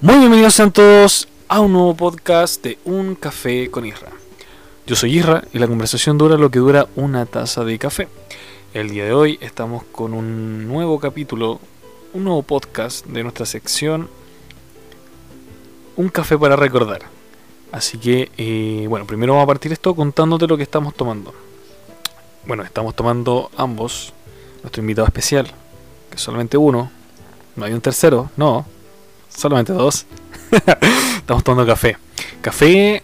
Muy bienvenidos sean todos a un nuevo podcast de Un Café con Isra. Yo soy Isra y la conversación dura lo que dura una taza de café. El día de hoy estamos con un nuevo capítulo, un nuevo podcast de nuestra sección Un Café para Recordar. Así que, eh, bueno, primero vamos a partir esto contándote lo que estamos tomando. Bueno, estamos tomando ambos, nuestro invitado especial, que es solamente uno, no hay un tercero, no, solamente dos. Estamos tomando café. Café,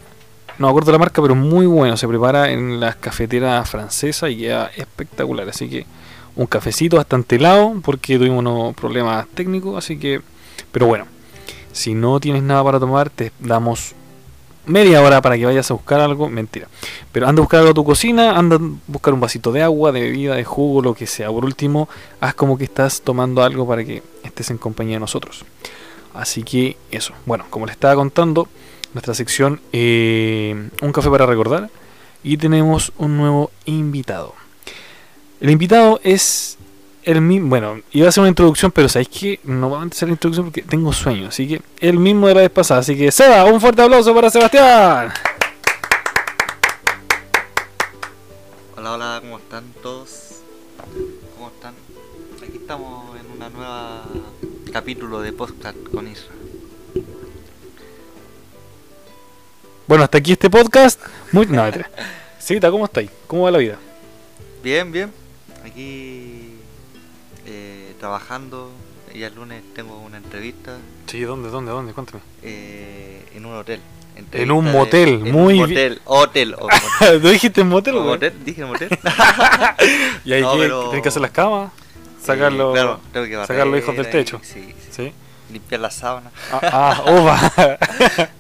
no me acuerdo la marca, pero muy bueno. Se prepara en las cafeteras francesas y queda espectacular. Así que un cafecito bastante helado porque tuvimos unos problemas técnicos. Así que, pero bueno, si no tienes nada para tomar, te damos media hora para que vayas a buscar algo. Mentira. Pero anda a buscar algo a tu cocina, anda a buscar un vasito de agua, de bebida, de jugo, lo que sea. Por último, haz como que estás tomando algo para que estés en compañía de nosotros. Así que eso. Bueno, como les estaba contando, nuestra sección eh, Un café para recordar. Y tenemos un nuevo invitado. El invitado es el mismo. Bueno, iba a hacer una introducción, pero sabéis que no va a hacer la introducción porque tengo sueño. Así que el mismo de la vez pasada. Así que Seba, un fuerte aplauso para Sebastián. Hola, hola, ¿cómo están todos? ¿Cómo están? Aquí estamos en una nueva capítulo de podcast con Isra. Bueno, hasta aquí este podcast. Muy... No, mentira. Cita, ¿cómo estáis? ¿Cómo va la vida? Bien, bien. Aquí eh, trabajando. Y el lunes tengo una entrevista Sí, ¿dónde, dónde, dónde? Cuéntame. eh, en un hotel. En un Entrevista de- motel, en muy bien. un motel, hotel, o motel, ¿Lo dijiste en motel, o güey? motel, dije motel. Y ahí No, que- pero- tenés que hacer las camas, sacarlo. Eh, claro, tengo que barrer sacar los hijos del ahí, techo. sí, sí. ¿Sí? limpiar la sábana. Ah, ah ova.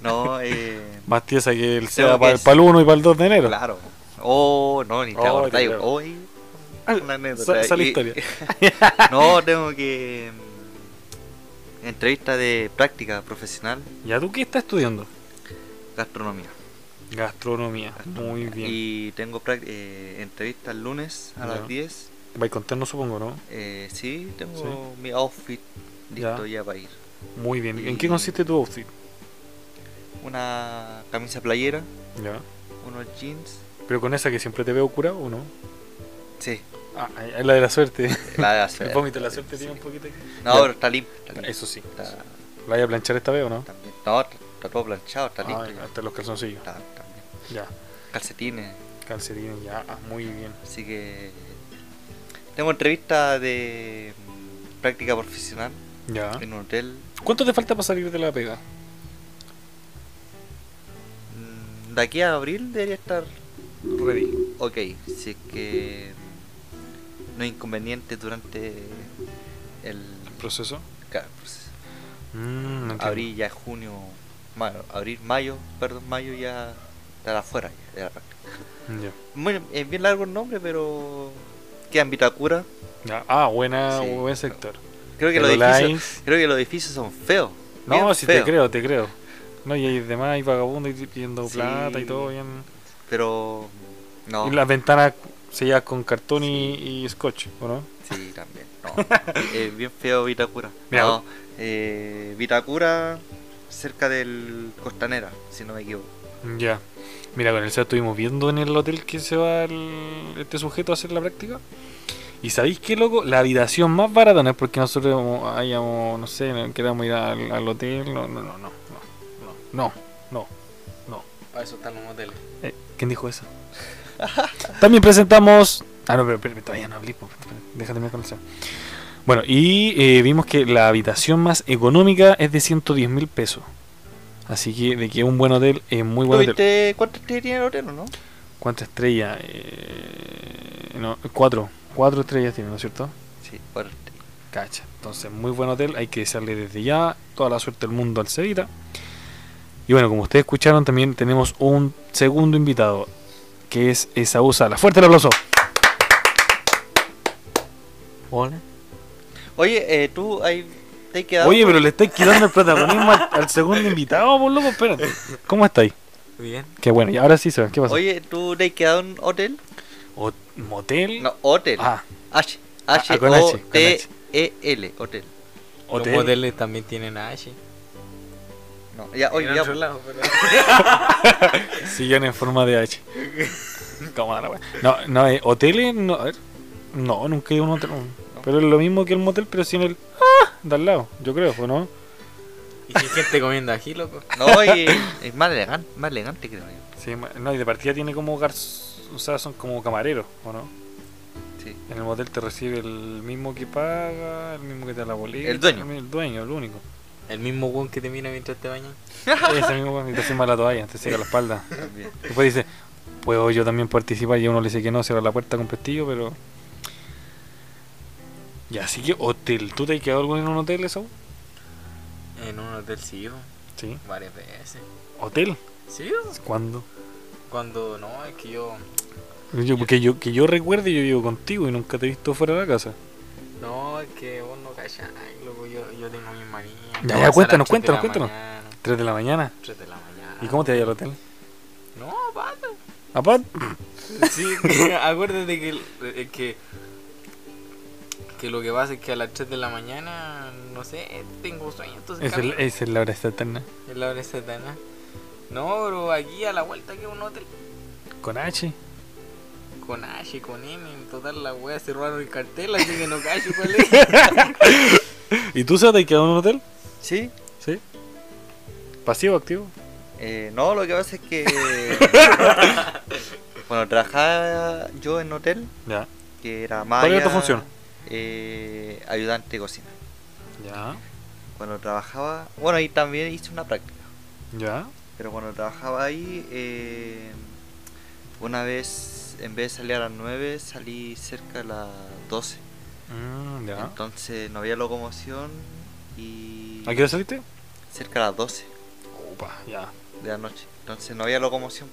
No, eh, Más tiesa que el Creo sea que para el, es- 1 y para el 2 de enero. Claro. Oh, no, ni te Oh, acordáis. claro. Hoy. Una anécdota. Sa- Esa es la Y- historia. No, tengo que. mm, Entrevista de práctica profesional, ¿Ya tú qué estás estudiando? gastronomía. Gastronomía. Muy bien. Y tengo práct- eh, entrevista el lunes Ya. a las 10. Vais contarnos, supongo, ¿no? Eh, sí, tengo mi outfit listo ya para ir. Muy bien. ¿En Y- qué consiste tu outfit? Una camisa playera, Ya. unos jeans. Pero con esa que siempre te veo curado, ¿o no? Sí, Ah, es la de la suerte. la de El hacer. vómito de la sí. suerte tiene un poquito. que- No, Ya. pero está limpio. Está limpio. Eso sí. Está, ¿La voy a planchar esta vez o no? también. No, está, está todo planchado, está listo. Ah, ya. hasta los calzoncillos. Está- está bien. Ya. calcetines. Calcetines, ya. Ah, Muy bien. Así que tengo entrevista de mm, práctica profesional Ya. en un hotel. ¿Cuánto te falta para salir de la pega? Mm, De aquí a abril debería estar Ready. ok. Si es que mm, no hay inconveniente durante el ¿Proceso? claro, proceso. Mm, entiendo. abril ya junio, mayo, abril mayo, perdón mayo ya estará afuera ya de la práctica. Ya. Bueno, es bien largo el nombre, pero queda en Vitacura. Ya. Ah, buena, Sí. buen sector. Creo que Pero los la edificios, is- creo que los edificios son feos. No, bien si te feos. creo, te creo. No, y hay demás, hay vagabundos y pidiendo Sí. plata y todo bien. Pero. No. Y las ventanas selladas con cartón y- y, scotch, ¿o no? Sí, también. No. Eh, bien feo Vitacura. Mira, No, eh, Vitacura cerca del Costanera, si no me equivoco. Ya. Mira, con el SEA estuvimos viendo en el hotel que se va el- este sujeto a hacer la práctica. Y sabéis qué, loco, la habitación más barata no es porque nosotros hemos- hayamos, no sé, no queramos ir al, al hotel. No, no, no, no, no, no, no, no, no. Ah, Para eso están los hoteles. Eh, ¿Quién dijo eso? También presentamos. Ah, no, pero, pero- pero todavía no hablé. po, espera, Déjate mirar con el SEA. Bueno, y eh, vimos que la habitación más económica es de 110 mil pesos. Así que de que un buen hotel es muy buen hotel. ¿Tuviste cuántos estrellas tiene el hotel o no? ¿Cuántas estrellas? Eh, no, cuatro. Cuatro estrellas tiene, ¿no es cierto? Sí, cuatro estrellas. Cacha. Entonces, muy buen hotel. Hay que desearle desde ya toda la suerte del mundo al Cevita. Y bueno, como ustedes escucharon, también tenemos un segundo invitado, que es Esaú Sala. ¡Fuerte el aplauso! Hola. Oye, eh, tú ahí te has quedado. Oye, pero le estáis quitando el protagonismo al, al segundo invitado, por loco. Espérate. ¿Cómo estáis? Bien. Qué bueno. Y ahora sí, Seba, ¿qué pasa? Oye, ¿tú te has quedado en un hotel? O- ¿Motel? No, hotel. Ah, H. Ah, H. con H, O. con T. H. E. L. Hotel. Los modelos también tienen H. No, ya, oye, En ya. otro lado, pero- Sillan en forma de H. Cómo la wea. No, no, eh, hoteles, no, a ver. No, nunca he ido a un hotel. Pero es lo mismo que el motel, pero sin el. ¡Ah! De al lado, yo creo, ¿o no? Y si hay gente comiendo ají, loco. No, y es más elegante, más elegante creo yo. Sí, ma- no, y de partida tiene como garz- o sea, son como camareros, ¿o no? Sí. En el motel te recibe el mismo que paga, el mismo que te da la boleta. El dueño. El dueño, el único. El mismo weón que te mira mientras te bañas. Ese mismo cuando te encima la toalla, te seca la espalda. También. Después dice, puedo yo también participar y a uno le dice que no, cierra la puerta con pestillo, pero... Ya, así que hotel. ¿Tú te has quedado alguna vez en un hotel, eso? En un hotel sí, hijo, Sí. varias veces. ¿Hotel? Sí, hijo. ¿Cuándo? cuando no, es que yo. Yo, porque yo, que yo recuerde, yo vivo contigo y nunca te he visto fuera de la casa. No, es que vos no callás, loco, yo, yo tengo mis manías. Ya, Yo ya, paso a cuéntanos, las tres de la cuéntanos, mañana, Tres de la mañana. tres de la mañana. ¿Y cómo te hallas al hotel? No, pata. Aparte, Sí, que acuérdate que, el- eh, que. Que lo que pasa es que a las 3 de la mañana, no sé, tengo sueño, esa entonces. es, cambio. la- esa es la hora eterna. Es la hora de Satanás. No, pero aquí a la vuelta que un hotel Con H. con H, con M, en total la wea se robaron el cartel, así que no cacho cuál es. ¿Y tú, Sara, te has quedado en un hotel? Sí, Sí. ¿Pasivo, activo? eh, no, lo que pasa es que. bueno, trabajaba yo en hotel, Ya. que era más. ¿Cuál era tu función? Eh, ayudante de cocina. Ya. Cuando trabajaba. Bueno, ahí también hice una práctica. Ya. Pero cuando trabajaba ahí, eh, una vez, en vez de salir a las 9, salí cerca de las 12. Mm, ya. Entonces no había locomoción y. ¿A qué hora saliste? Cerca de las 12 Opa, ya. de la noche. Entonces no había locomoción.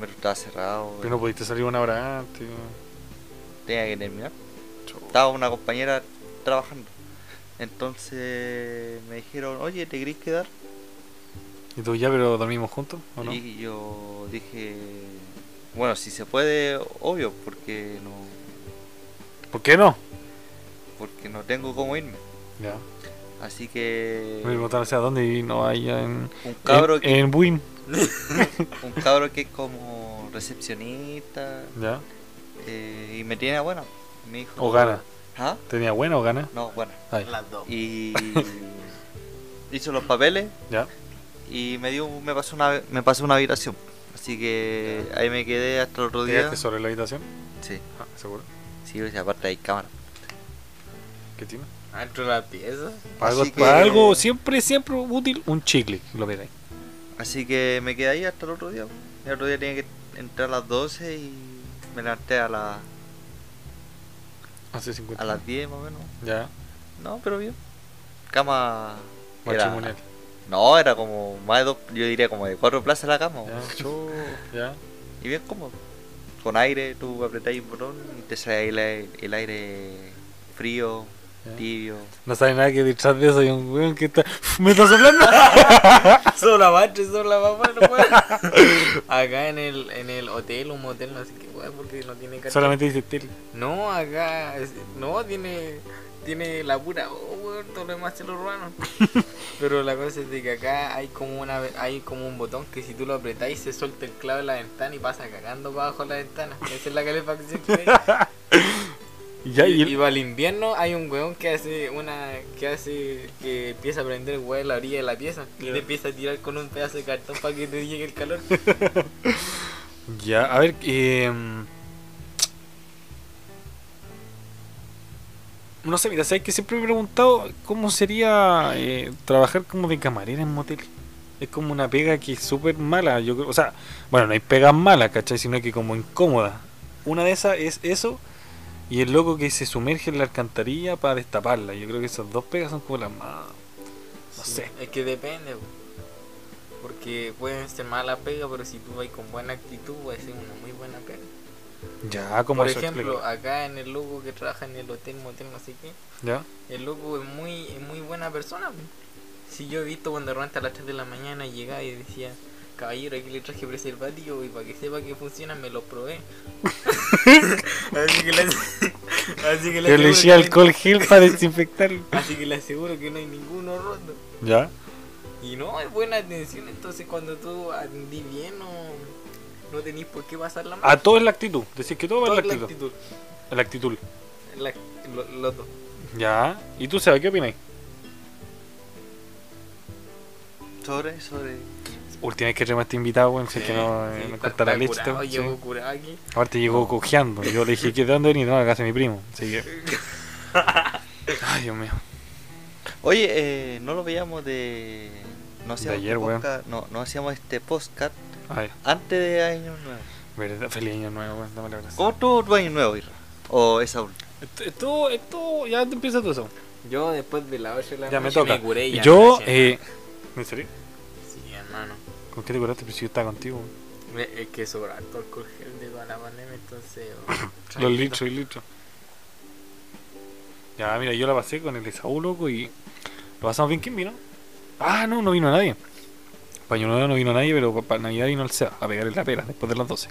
Me estaba cerrado. Pero no pudiste salir una hora antes. Tenía que terminar. Chau. Estaba una compañera trabajando. Entonces me dijeron, oye, ¿te querés quedar? ¿Y tú ya, pero dormimos juntos? ¿O no? Y yo dije, bueno, si se puede, obvio, porque no, ¿Por qué no? porque no tengo cómo irme. Ya. Así que Me preguntaron hacia dónde y no hay en. un cabro, en, que, en Buin. un cabro que es como recepcionista Ya. eh, y me tiene a buena. Me dijo, O gana. ¿Ah? ¿Tenía buena o gana? No, buena. Ay. Las dos. Y hizo los papeles Ya. y me dio, me pasó una, me pasó una habitación. Así que ahí me quedé hasta el otro día. ¿Llegaste sobre la habitación? Sí, Ah, seguro. sí, o sea, aparte hay cámara. ¿Qué tiene? Adentro de la pieza. Para Así algo, que- para algo siempre, siempre útil, un chicle. Lo veis ahí. Así que me quedé ahí hasta el otro día. El otro día tenía que entrar a las 12 y me levanté a, la- Hace a 50. las 10 más o menos. Ya. No, pero bien. Cama. era- Matrimonial. no, era como más de dos, yo diría como de cuatro plazas la cama. Ya. Chau. Ya. Y bien cómodo. Con aire, tú apretáis un botón y te sale el, aire- el aire frío, Ya. tibio. No sabe nada que detrás de eso hay un weón que está. ¡Me está soplando! Solo la madre, solo la mamá, no puedo. Acá en el, en el hotel, un motel, no sé qué wea, porque no tiene cartel. Solamente dice tele. No, acá. es- No, tiene. Tiene la pura. Oh, weón, todo lo demás se lo robaron. Pero la cosa es de que acá hay como una hay como un botón que si tú lo apretáis se suelta el clavo de la ventana y pasa cagando para abajo la ventana. Esa es la calefacción que hay. Y ya, y Y, el- y para el invierno hay un weón que hace una. que hace. que empieza a prender el weón en la orilla de la pieza. Y te empieza a tirar con un pedazo de cartón para que te llegue el calor. ya, a ver. em, No sé, mira, sabes que siempre me he preguntado cómo sería eh, trabajar como de camarera en motel. Es como una pega que es súper mala. Yo creo, o sea, bueno, no hay pegas malas, ¿cachai? Sino que como incómoda. Una de esas es eso y el loco que se sumerge en la alcantarilla para destaparla. Yo creo que esas dos pegas son como las más. No Sí, sé. Es que depende, po. porque pueden ser mala pega, pero si tú vas con buena actitud, puede ser una muy buena pega. Ya, como Por eso ejemplo, explica. acá en el loco que trabaja en el hotel, motel, no sé qué, Ya. el loco es muy, es muy buena persona. po. Si yo he visto cuando Ranta a las 3 de la mañana llegaba y decía, caballero, aquí le traje preservativo y para que sepa que funciona, me lo probé. así que le, así que le Yo le eché aseguro que no hay- alcohol gel para desinfectarlo. así que le aseguro que no hay ninguno roto. Ya. Y no, es buena atención, entonces cuando tú atendí bien no, no tenís por qué pasarla mal. A todo es la actitud. Decís que Ah, todo va Toda en la la actitud. actitud. La actitud. La- lo- los dos. Ya. ¿Y tú, Seba, qué opináis? Sobre, sobre. Última vez que tenemos a este invitado, bueno, sé que no, Sí, eh, me está- corta la está leche. curado, este, llegó sí. curado aquí. Aparte llegó cojeando. Yo le dije, ¿qué de dónde venís? No, acá casa de mi primo. Así que... Ay, Dios mío. Oye, eh, no lo veíamos de. No hacíamos, ayer, este weón. podcast- no, no hacíamos este podcast Ay, antes de Año Nuevo. verdad, feliz año nuevo, bueno, dame la gracia. ¿Cómo estuvo tu Año Nuevo, Irra? O esa última. Esto- Esto, esto, ya te empieza todo eso. Yo después de la 8 de la Ya me noche toca. curé ya, Yo, recién. eh... ¿En serio? Sí, hermano. ¿Con qué te curaste? Pero si yo estaba contigo. güey. Me- Es que sobra harto alcohol gel de toda la pandemia, entonces... oh, Los litros y litros. Ya, mira, yo la pasé con el Esaú, loco, y lo pasamos bien. ¿Quién vino? Ah, no, no vino nadie. Paño Nuevo no vino nadie, pero para Navidad vino el Seba a pegarle la pera después de las 12.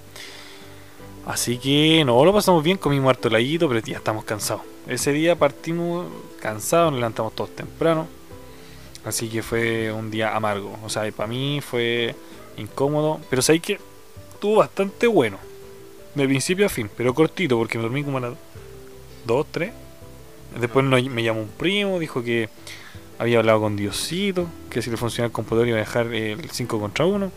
Así que no, lo pasamos bien, comimos harto heladito, pero ya estamos cansados. Ese día partimos cansados, nos levantamos todos temprano. Así que fue un día amargo. O sea, y para mí fue incómodo, pero sabéis que estuvo bastante bueno. De principio a fin, pero cortito, porque me dormí como a las 2, 3. Después no- me llamó un primo, dijo que había hablado con Diosito, que si le funcionaba el computador iba a dejar el 5 contra 1.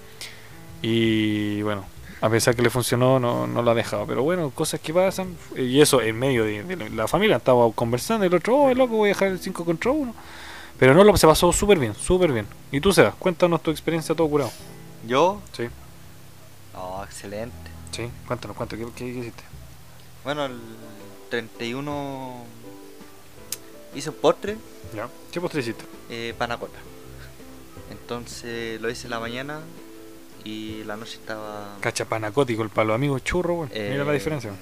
Y bueno, a pesar que le funcionó, no, no lo ha dejado. Pero bueno, cosas que pasan. Y eso en medio de, de la familia, estaba conversando. El otro, oh, loco, voy a dejar el 5 contra 1. Pero no, lo, se pasó súper bien, súper bien. Y tú, Sebas, cuéntanos tu experiencia todo curado. ¿Yo? Sí, No, excelente. sí, cuéntanos, cuéntanos, ¿qué, qué hiciste? Bueno, el 31 hice un postre, ¿Ya? ¿Qué postre hiciste? eh, panacota. Entonces lo hice en la mañana y la noche estaba. Cachapanacótico, el palo amigo churro, weón. Eh, Mira la diferencia.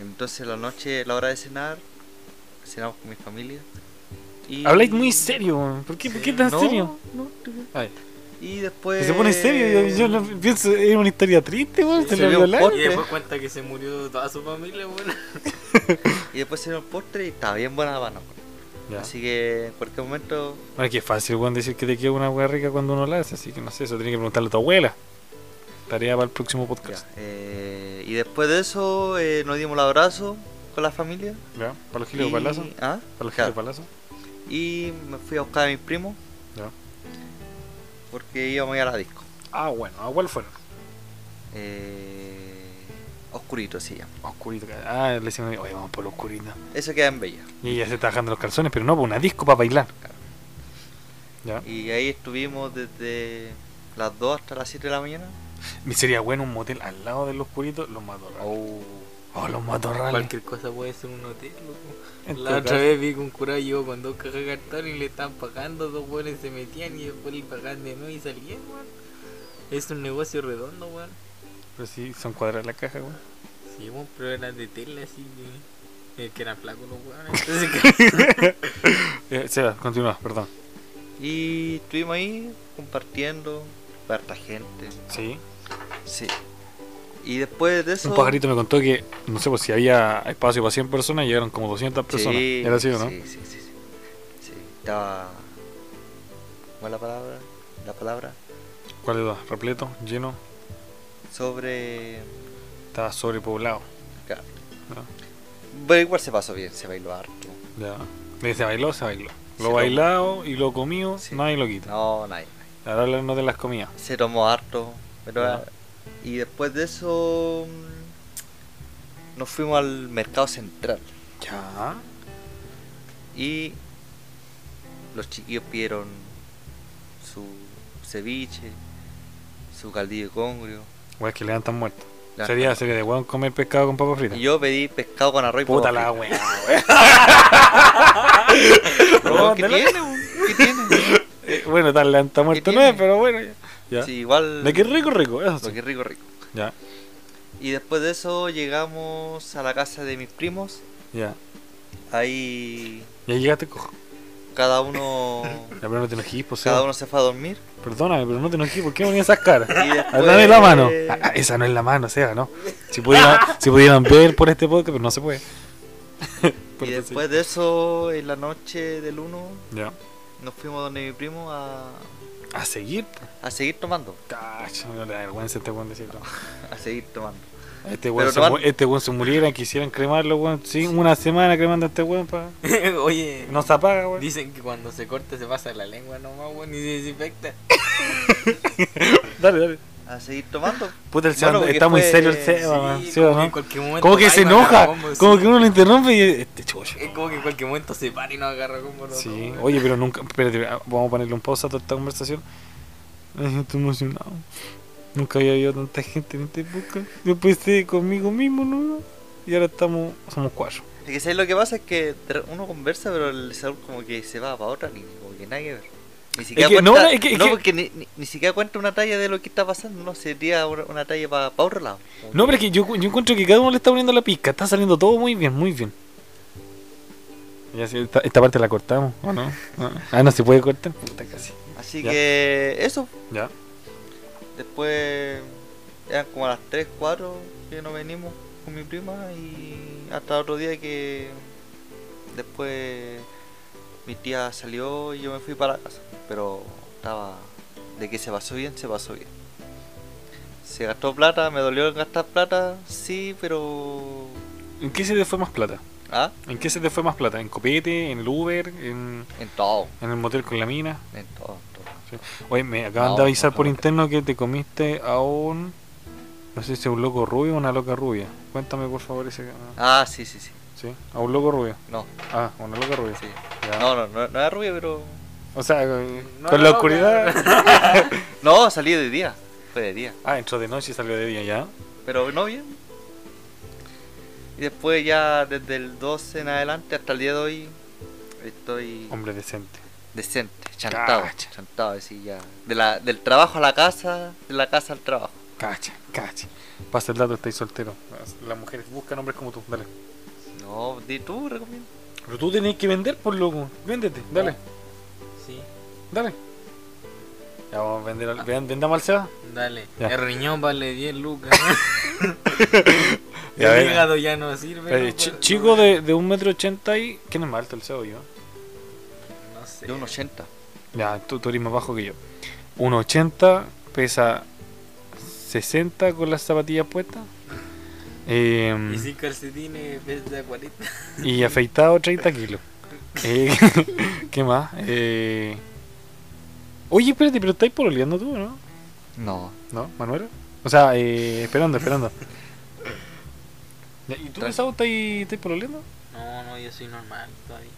Entonces la noche, la hora de cenar, cenamos con mi familia. Y... Habláis muy serio, weón. ¿Por qué, ¿por qué tan No, eh, serio? no, Ay, Y después. que se pone serio, yo, yo no pienso, es una historia triste, weón. Sí, se Este se le vio vio un la- pot- Y después cuenta que se murió toda su familia, bueno. Y después se dio el postre y estaba bien buena la panacota. Ya. Así que en cualquier momento. Bueno, que es fácil, weón, decir que te queda una weá rica cuando uno la hace, así que no sé, eso tiene que preguntarle a tu abuela. Tarea para el próximo ya, podcast. eh, y después de eso eh, nos dimos el abrazo con la familia. ¿Ya? ¿Para los giles y- de palazo? ¿Ah? ¿Para los giles de claro. palazo? Y me fui a buscar a mis primos Ya. porque íbamos a ir a la disco. Ah, bueno, ¿a cuál fueron? Eh, oscurito se llama. Oscurito, ca- ah, le decimos, oye, vamos por lo oscurito. Eso queda en Bella. Y ella se está bajando los calzones, pero no, por una disco para bailar. Ya. Y ahí estuvimos desde las 2 hasta las 7 de la mañana. Y sería bueno un motel al lado de los oscuritos, los matorrales. Oh, los matorrales. Cualquier cosa puede ser un hotel, loco. En La todo otra caso. vez vi que un curado llegó con dos cajas de cartón y le estaban pagando, dos hueones se metían y después le pagaban de nuevo y salían, weón. Es un negocio redondo, weón. Pero Pues sí, son cuadradas la caja, güey. Sí, weón, pero eran de tela así que, eh, que eran flacos los weones. Entonces, Eh, Seba, continúa, perdón. Y estuvimos ahí compartiendo, harta gente. Sí. Sí. Y después de eso. Un pajarito me contó que, no sé, pues si había espacio para 100 personas, llegaron como 200 personas. Sí, Era así, ¿o ¿no? Sí, sí, sí. sí. Sí, estaba. ¿Cómo es la palabra? La palabra. ¿Cuál de dos? ¿Repleto? ¿Lleno? Sobre. Estaba sobrepoblado. Claro. ¿no? Pero igual se pasó bien, se bailó harto. Ya. Le se bailó, se bailó. Se Lo lo- bailado y lo comido, Sí. nadie lo quita. No, nadie. Ahora hablando de las comidas. Se tomó harto. Pero, Ya. Y después de eso. mm, Nos fuimos al mercado central. Ya. Y. Los chiquillos pidieron. Su ceviche. Su caldillo de congrio. Güey, que le dan tan muerto. Ya Sería, sería de weón comer pescado con papas fritas. Y yo pedí pescado con arroz y Puta papas la fritas. weá, weón. No, ¿Qué ¿Dónde lo- tiene? ¿Qué tiene? Eh, Bueno, tal, le han tan muerto ¿Qué no es, tiene? pero bueno. ya. Ya. Sí, igual. De que rico, rico, eso Lo sí. que rico, rico. Ya, Y después de eso llegamos a la casa de mis primos. ya. Ahí Ya llegaste, cojo. cada uno Ya, pero no te enojes, pues. cada Seba. uno pues. se fue a dormir. Perdóname, pero no te enojes, ¿por qué ponías esas caras? Y Ah, después, Dame la mano. Ah, ah, esa no es la mano, Seba, ¿no? Si pudieran, si pudieran ver por este podcast, pero no se puede. Y Porque después de eso, en la noche del 1, sí. Ya, nos fuimos donde mi primo a, A seguir. A seguir tomando. Cacho, me da vergüenza este weón decir. no. A seguir tomando. Este weón se, toman- mu- este weón se muriera, quisieran cremarlo, weón. Sí, una semana cremando a este weón para. Oye, No se apaga, weón. dicen que cuando se corta se pasa la lengua nomás, weón, y se desinfecta. Dale, dale. A seguir tomando. Puta, el Seba, Bueno, porque está muy fue- serio el Seba, Sí, man. Sí, Sí, como que ¿no? en cualquier momento Como que va y se no agarra enoja, combo, como sí. que uno lo interrumpe y este chollo. Es como que en cualquier momento se para y no agarra como los dos, Sí, weón. oye, pero nunca. Espérate, ah, vamos a ponerle un pausa a toda esta conversación. Ay, Estoy emocionado. Nunca había habido tanta gente en este esta época. Yo pensé conmigo mismo, ¿no? Y ahora estamos. Somos cuatro. Es que ¿sabes lo que pasa es que de re- uno conversa, pero el salud como que se va para otra, ni como que nadie ver. Ni siquiera que no, cuenta, no, es que- es que- porque ni, ni, ni siquiera cuenta una talla de lo que está pasando, no sería una, una talla para otro lado. Como No, pero es que yo, yo encuentro que cada uno le está poniendo la pizca. Está saliendo todo muy bien, muy bien. Ya, sí, esta, esta parte la cortamos, ¿o no? Ah, no se puede cortar. Puta, casi. Así Ya. que eso, Ya. después eran como a las 3, 4 que nos venimos con mi prima y hasta otro día que después mi tía salió y yo me fui para la casa. Pero estaba de que se pasó bien, se pasó bien. Se gastó plata, me dolió gastar plata, sí, pero... ¿En qué se te fue más plata? ¿Ah? ¿En qué se te fue más plata? ¿En copete? ¿En el Uber? ¿En, En todo, en el motel con la mina? en todo, en todo. Oye, me acaban No, de avisar no, por no. interno que te comiste a un. No sé si a un loco rubio o una loca rubia. Cuéntame, por favor, ese. Ah, sí, sí, sí. ¿Sí? A un loco rubio. No, Ah, a una loca rubia. sí. Ya. No, no, no, no era rubia, pero... O sea, con, No, con no, la no, oscuridad. No, salí de día. Fue de día. Ah, entró de noche y salió de día ya. pero no bien. Y después ya desde el 12 en adelante hasta el día de hoy estoy Hombre decente. decente, chantado, Cacha. chantado, así ya. De la, del trabajo a la casa, de la casa al trabajo. Cacha, cacha. Pasa el dato, estáis soltero. Las mujeres buscan hombres como tú, dale. No, di tú recomiendo. Pero tú tenés que vender, por loco. Véndete, dale, Sí, dale. Ya vamos a vender al. ven- Vendamos al Seba. dale. Ya. El riñón vale 10 lucas. Ya, el ven. hígado ya no sirve. Eh, no, chi- pues, chico no, de, de 1,80m y. ¿Quién es más alto, el Seba o yo? No sé. De un 80. Ya, tú, tú eres más bajo que yo. 1,80, pesa 60 con las zapatillas puestas. Em, Y sin calcetines pesa 40. y afeitado 30 kilos. Eh, ¿Qué más? Eh, oye, espérate, pero estáis pololeando tú, ¿no? No. ¿No, Manuela? O sea, eh, esperando, esperando. Ya, ¿Y tú, Tranqui. Sao, estáis estáis pololeando? No, no, yo soy normal todavía.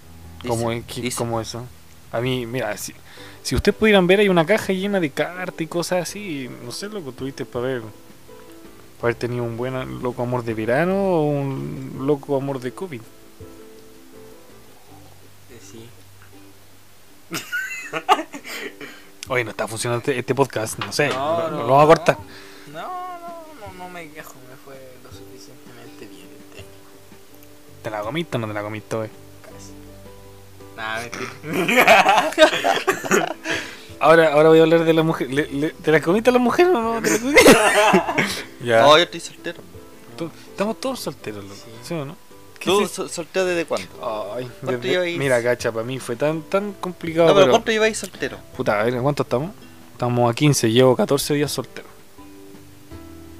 como Dice, dice. como eso? A mí, mira, si, si ustedes pudieran ver, hay una caja llena de cartas y cosas así. No sé, loco, tuviste para ver. Para haber tenido un buen loco amor de verano o un loco amor de COVID. Eh, Sí. Oye, no está funcionando este, este podcast, no sé. No, lo, no, lo vamos a cortar. No, no, no, no me quejo. Me fue lo suficientemente bien este año, ¿Te la comiste o no te la comiste, hoy? casi. Nada, mentira. Ahora, ahora voy a hablar de la mujer. ¿Le- le- ¿Te la comiste a la mujer o no? ¿Te la comiste? ya. No, yo estoy soltero. Tú- Estamos todos solteros, loco. Sí. ¿Sí o no? ¿Qué ¿Tú es so- soltero desde cuándo? Ay, ¿Cuánto desde- lleváis? mira, cacha, para mí fue tan tan complicado. No, pero pero- ¿cuánto lleváis soltero? Puta, a ver, ¿en cuánto estamos? Estamos a 15, llevo 14 días soltero.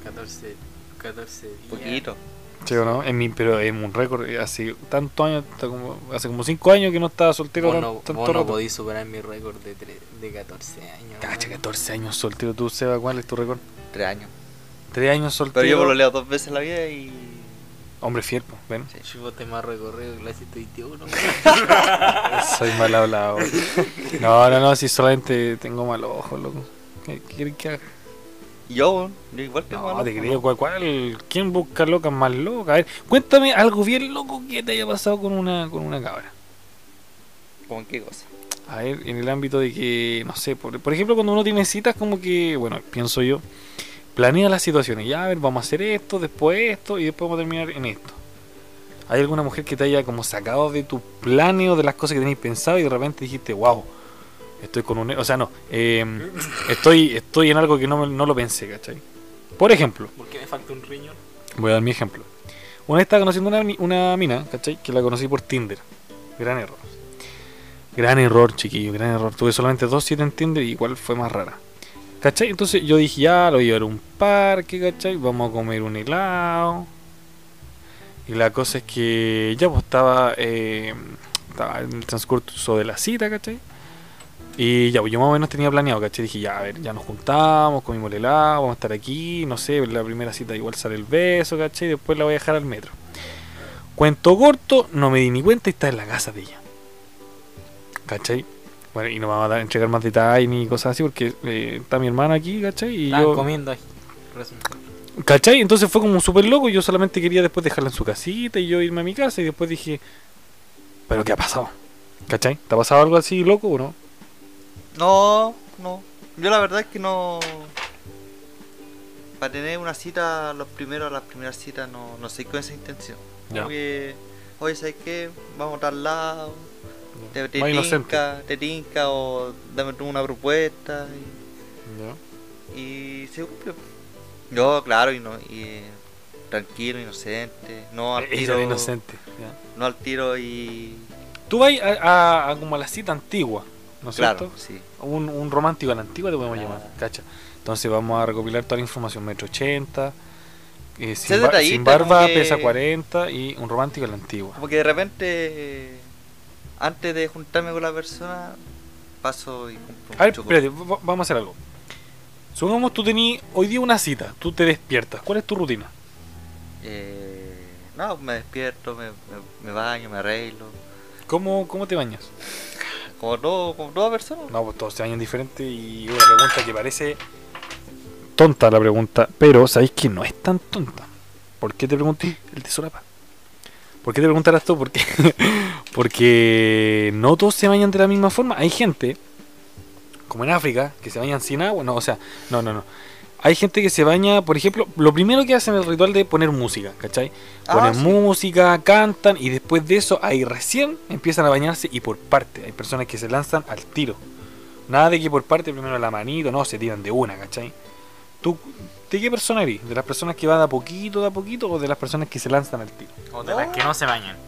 14, 14 días. Poquito. Sí, ¿o no? En mi, pero es un récord. eh, Hace tantos años, hasta como- hace como 5 años que no estaba soltero. Vos tan- no, tanto vos no rato. podís superar mi récord de, tre- de 14 años. Cacha, weón. 14 años soltero. Tú, Seba, ¿cuál es tu récord? Tres años. 3 años Pero yo soltero. lo leo dos veces en la vida y. Hombre fiel, pues, ven. Sí. Yo te más recorrido clase 21. Soy mal hablado. güey. No, no, no, si solamente tengo mal ojo, loco. ¿Qué quieres que haga? y Yo, yo igual tengo No, ganas, te ¿no? creo, ¿cuál, cuál? ¿Quién busca locas más locas? A ver, cuéntame algo bien loco que te haya pasado con una, con una cabra. ¿Con qué cosa? A ver, en el ámbito de que, no sé, por, por ejemplo, cuando uno tiene citas, como que, bueno, pienso yo, planea las situaciones. Ya, a ver, vamos a hacer esto, después esto, y después vamos a terminar en esto. ¿Hay alguna mujer que te haya como sacado de tu planeo de las cosas que tenéis pensado y de repente dijiste, wow, estoy con un... O sea, no, eh, estoy, estoy en algo que no, me- no lo pensé, ¿cachai? Por ejemplo, ¿Por qué me falta un riñón? Voy a dar mi ejemplo. Una vez estaba conociendo una, mi- una mina, ¿cachai? Que la conocí por Tinder. Gran error. Gran error, chiquillo, gran error. Tuve solamente dos citas en Tinder y igual fue más rara. ¿Cachai? Entonces yo dije, ya, lo voy a llevar a un parque, ¿cachai? Vamos a comer un helado. Y la cosa es que ya pues estaba, eh, estaba en el transcurso de la cita, ¿cachai? Y ya, pues yo más o menos tenía planeado, ¿cachai? Dije, ya, a ver, ya nos juntamos, comimos el helado, vamos a estar aquí, no sé, la primera cita igual sale el beso, ¿cachai? Después la voy a dejar al metro. Cuento corto, no me di ni cuenta y está en la casa de ella. ¿Cachai? Bueno, y no vamos a dar- entregar más detalles ni cosas así porque eh, está mi hermana aquí, ¿cachai? Y Estaban yo... comiendo ahí. resulta. ¿Cachai? Entonces fue como súper loco. Yo solamente quería después dejarla en su casita y yo irme a mi casa. Y después dije, ¿pero qué ha pasado? ¿Cachai? ¿Te ha pasado algo así loco o no? No, no. Yo la verdad es que no. Para tener una cita, los primeros, las primeras citas, no, no soy con esa intención. Como que, oye, ¿sabes qué? Vamos a tal lado, te, te Más inocente. tinca, te tinca, o dame tú una propuesta. Y, y se cumple. Yo, claro, y, no, y eh, tranquilo, inocente. No al Ella tiro, era inocente. ya. No al tiro y. Tú vas a, a- a como a la cita antigua, ¿no es claro, cierto? sí. Un, un romántico a la antigua te podemos Ah. llamar, ¿cacha? Entonces vamos a recopilar toda la información. Metro 80, eh, Sé sin, ba- detallista, sin barba, como que- pesa 40 y un romántico a la antigua. Como que de repente, eh, antes de juntarme con la persona, paso y compro un A ver, chocolate. espérate, va- vamos a hacer algo. Supongamos tú tenías hoy día una cita, tú te despiertas. ¿Cuál es tu rutina? Eh, no, me despierto, me, me- me baño, me arreglo. ¿Cómo, cómo te bañas? Como todo, como toda persona. No, pues todos se bañan diferente y una pregunta que parece tonta la pregunta, pero sabéis que no es tan tonta. ¿Por qué te pregunté el tesorapa? ¿Por qué te preguntarás tú? ¿Por qué? Porque no todos se bañan de la misma forma. Hay gente, como en África, que se bañan sin agua. No, o sea, no, no, no. Hay gente que se baña, por ejemplo, lo primero que hacen es el ritual de poner música, ¿cachai? Ah, Ponen sí. música, cantan y después de eso ahí recién empiezan a bañarse y por parte. Hay personas que se lanzan al tiro. Nada de que por parte primero la manito, no, se tiran de una, ¿cachai? ¿Tú de qué persona eres? ¿De las personas que van de a poquito, de a poquito o de las personas que se lanzan al tiro? O de las que no se bañan.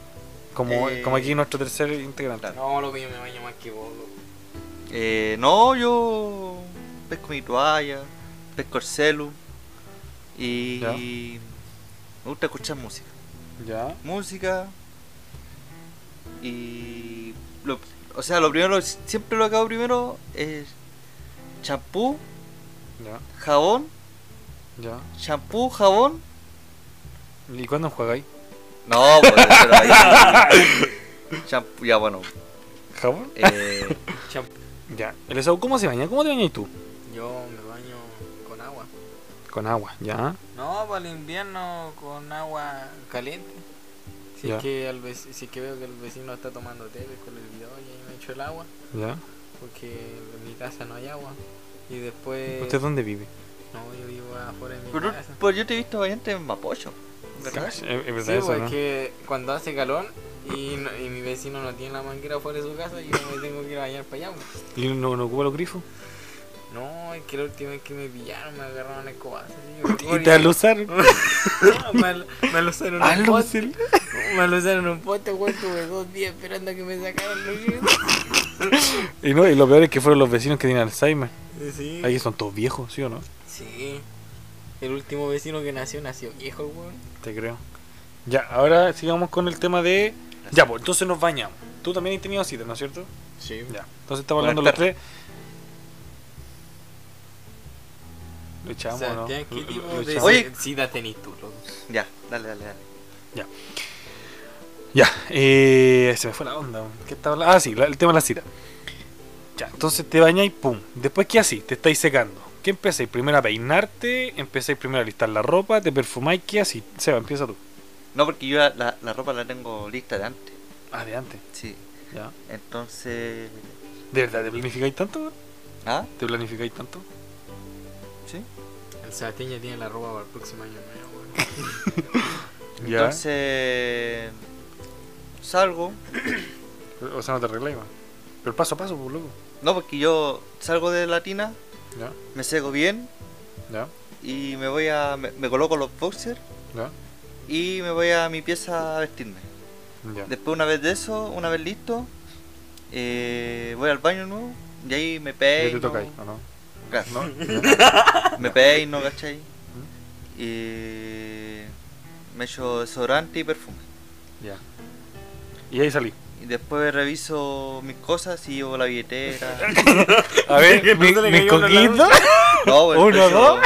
Como, Eh, como aquí nuestro tercer integrante. claro. No, loco, yo me baño más que vos, loco. Eh, no, yo pesco mi toalla, pesco el celu y Ya. me gusta escuchar música. Ya. Música y... lo- o sea, lo primero, siempre lo que hago primero es champú, Ya, jabón, ya. champú, jabón. ¿Y cuándo jugáis? No, pues, pero ahí- Champú, ya bueno. ¿Jabón? Eh, Chao. Ya. ¿El Esaú cómo se baña? ¿Cómo te bañas tú? Yo me baño con agua. Con agua, ya. No, para el invierno con agua caliente. Si, Ya. es que al vec- si es que veo que el vecino está tomando té, con el video y ahí me echo el agua, Ya. porque en mi casa no hay agua. Y después... ¿Usted dónde vive? No, yo vivo afuera de mi pero, casa. pero yo te he visto bañarte en Mapocho, ¿verdad? Sí, eh, es- es verdad Sí, eso, pues, ¿no? es que cuando hace calor y, no- y mi vecino no tiene la manguera fuera de su casa, yo me tengo que ir a bañar para allá. pues. ¿Y no, no ocupa los grifos? No, es que la última vez que me pillaron me agarraron escobazo. Y te alusaron. me, al- me alusaron un poste. Alusaron. Me alusaron un poste, güey. Tuve dos días esperando a que me sacaran los gritos. Y, no, y lo peor es que fueron los vecinos que tienen Alzheimer. Sí. Ahí son todos viejos, ¿sí o no? Sí. El último vecino que nació, nació viejo, güey. Te creo. Ya, ahora sigamos con el tema de. Ya, pues entonces nos bañamos. Tú también has tenido cita, ¿no es cierto? Sí. Ya. Entonces estamos Con el hablando los tres. Lo echamos, ¿no? Sebastián, ¿qué Lo- tipo lo de echamos. Oye. sida tenés tú, loco? Ya, dale, dale, dale. Ya, eh, se me fue la onda. ¿Qué estaba hablando? Ah, sí, la- el tema de la cita. Ya, entonces te bañáis, pum. Después, ¿qué así? Te estáis secando. ¿Qué empezáis? Primero a peinarte, empezáis primero a listar la ropa, te perfumáis, ¿qué así? Seba, empieza tú. No, porque yo la, la- la ropa la tengo lista de antes. Adelante. Sí. Ya. Entonces. ¿De verdad te planificáis tanto? weón? ¿Ah? ¿Te planificáis tanto? Sí. El Sebastián ya tiene la ropa para el próximo año nuevo, güey. Ya. Entonces. Salgo. O sea, no te arregláis, weón. Pero paso a paso, por loco. No, porque yo salgo de la tina, Ya, me seco bien ya, y me voy a. Me, me coloco los boxers ya, y me voy a mi pieza a vestirme. ya. Después, una vez de eso, una vez listo, eh, voy al baño nuevo y ahí me Ya te peino. toca ahí, ¿o no? Claro, ¿No? me peino, ¿cachai? ¿Mm? Y me echo desodorante y perfume. Ya. Y ahí salí. Y después reviso mis cosas y llevo la billetera. A ver, mi, no se le mi cayó la coquito. No, pues, Uno, reviso dos.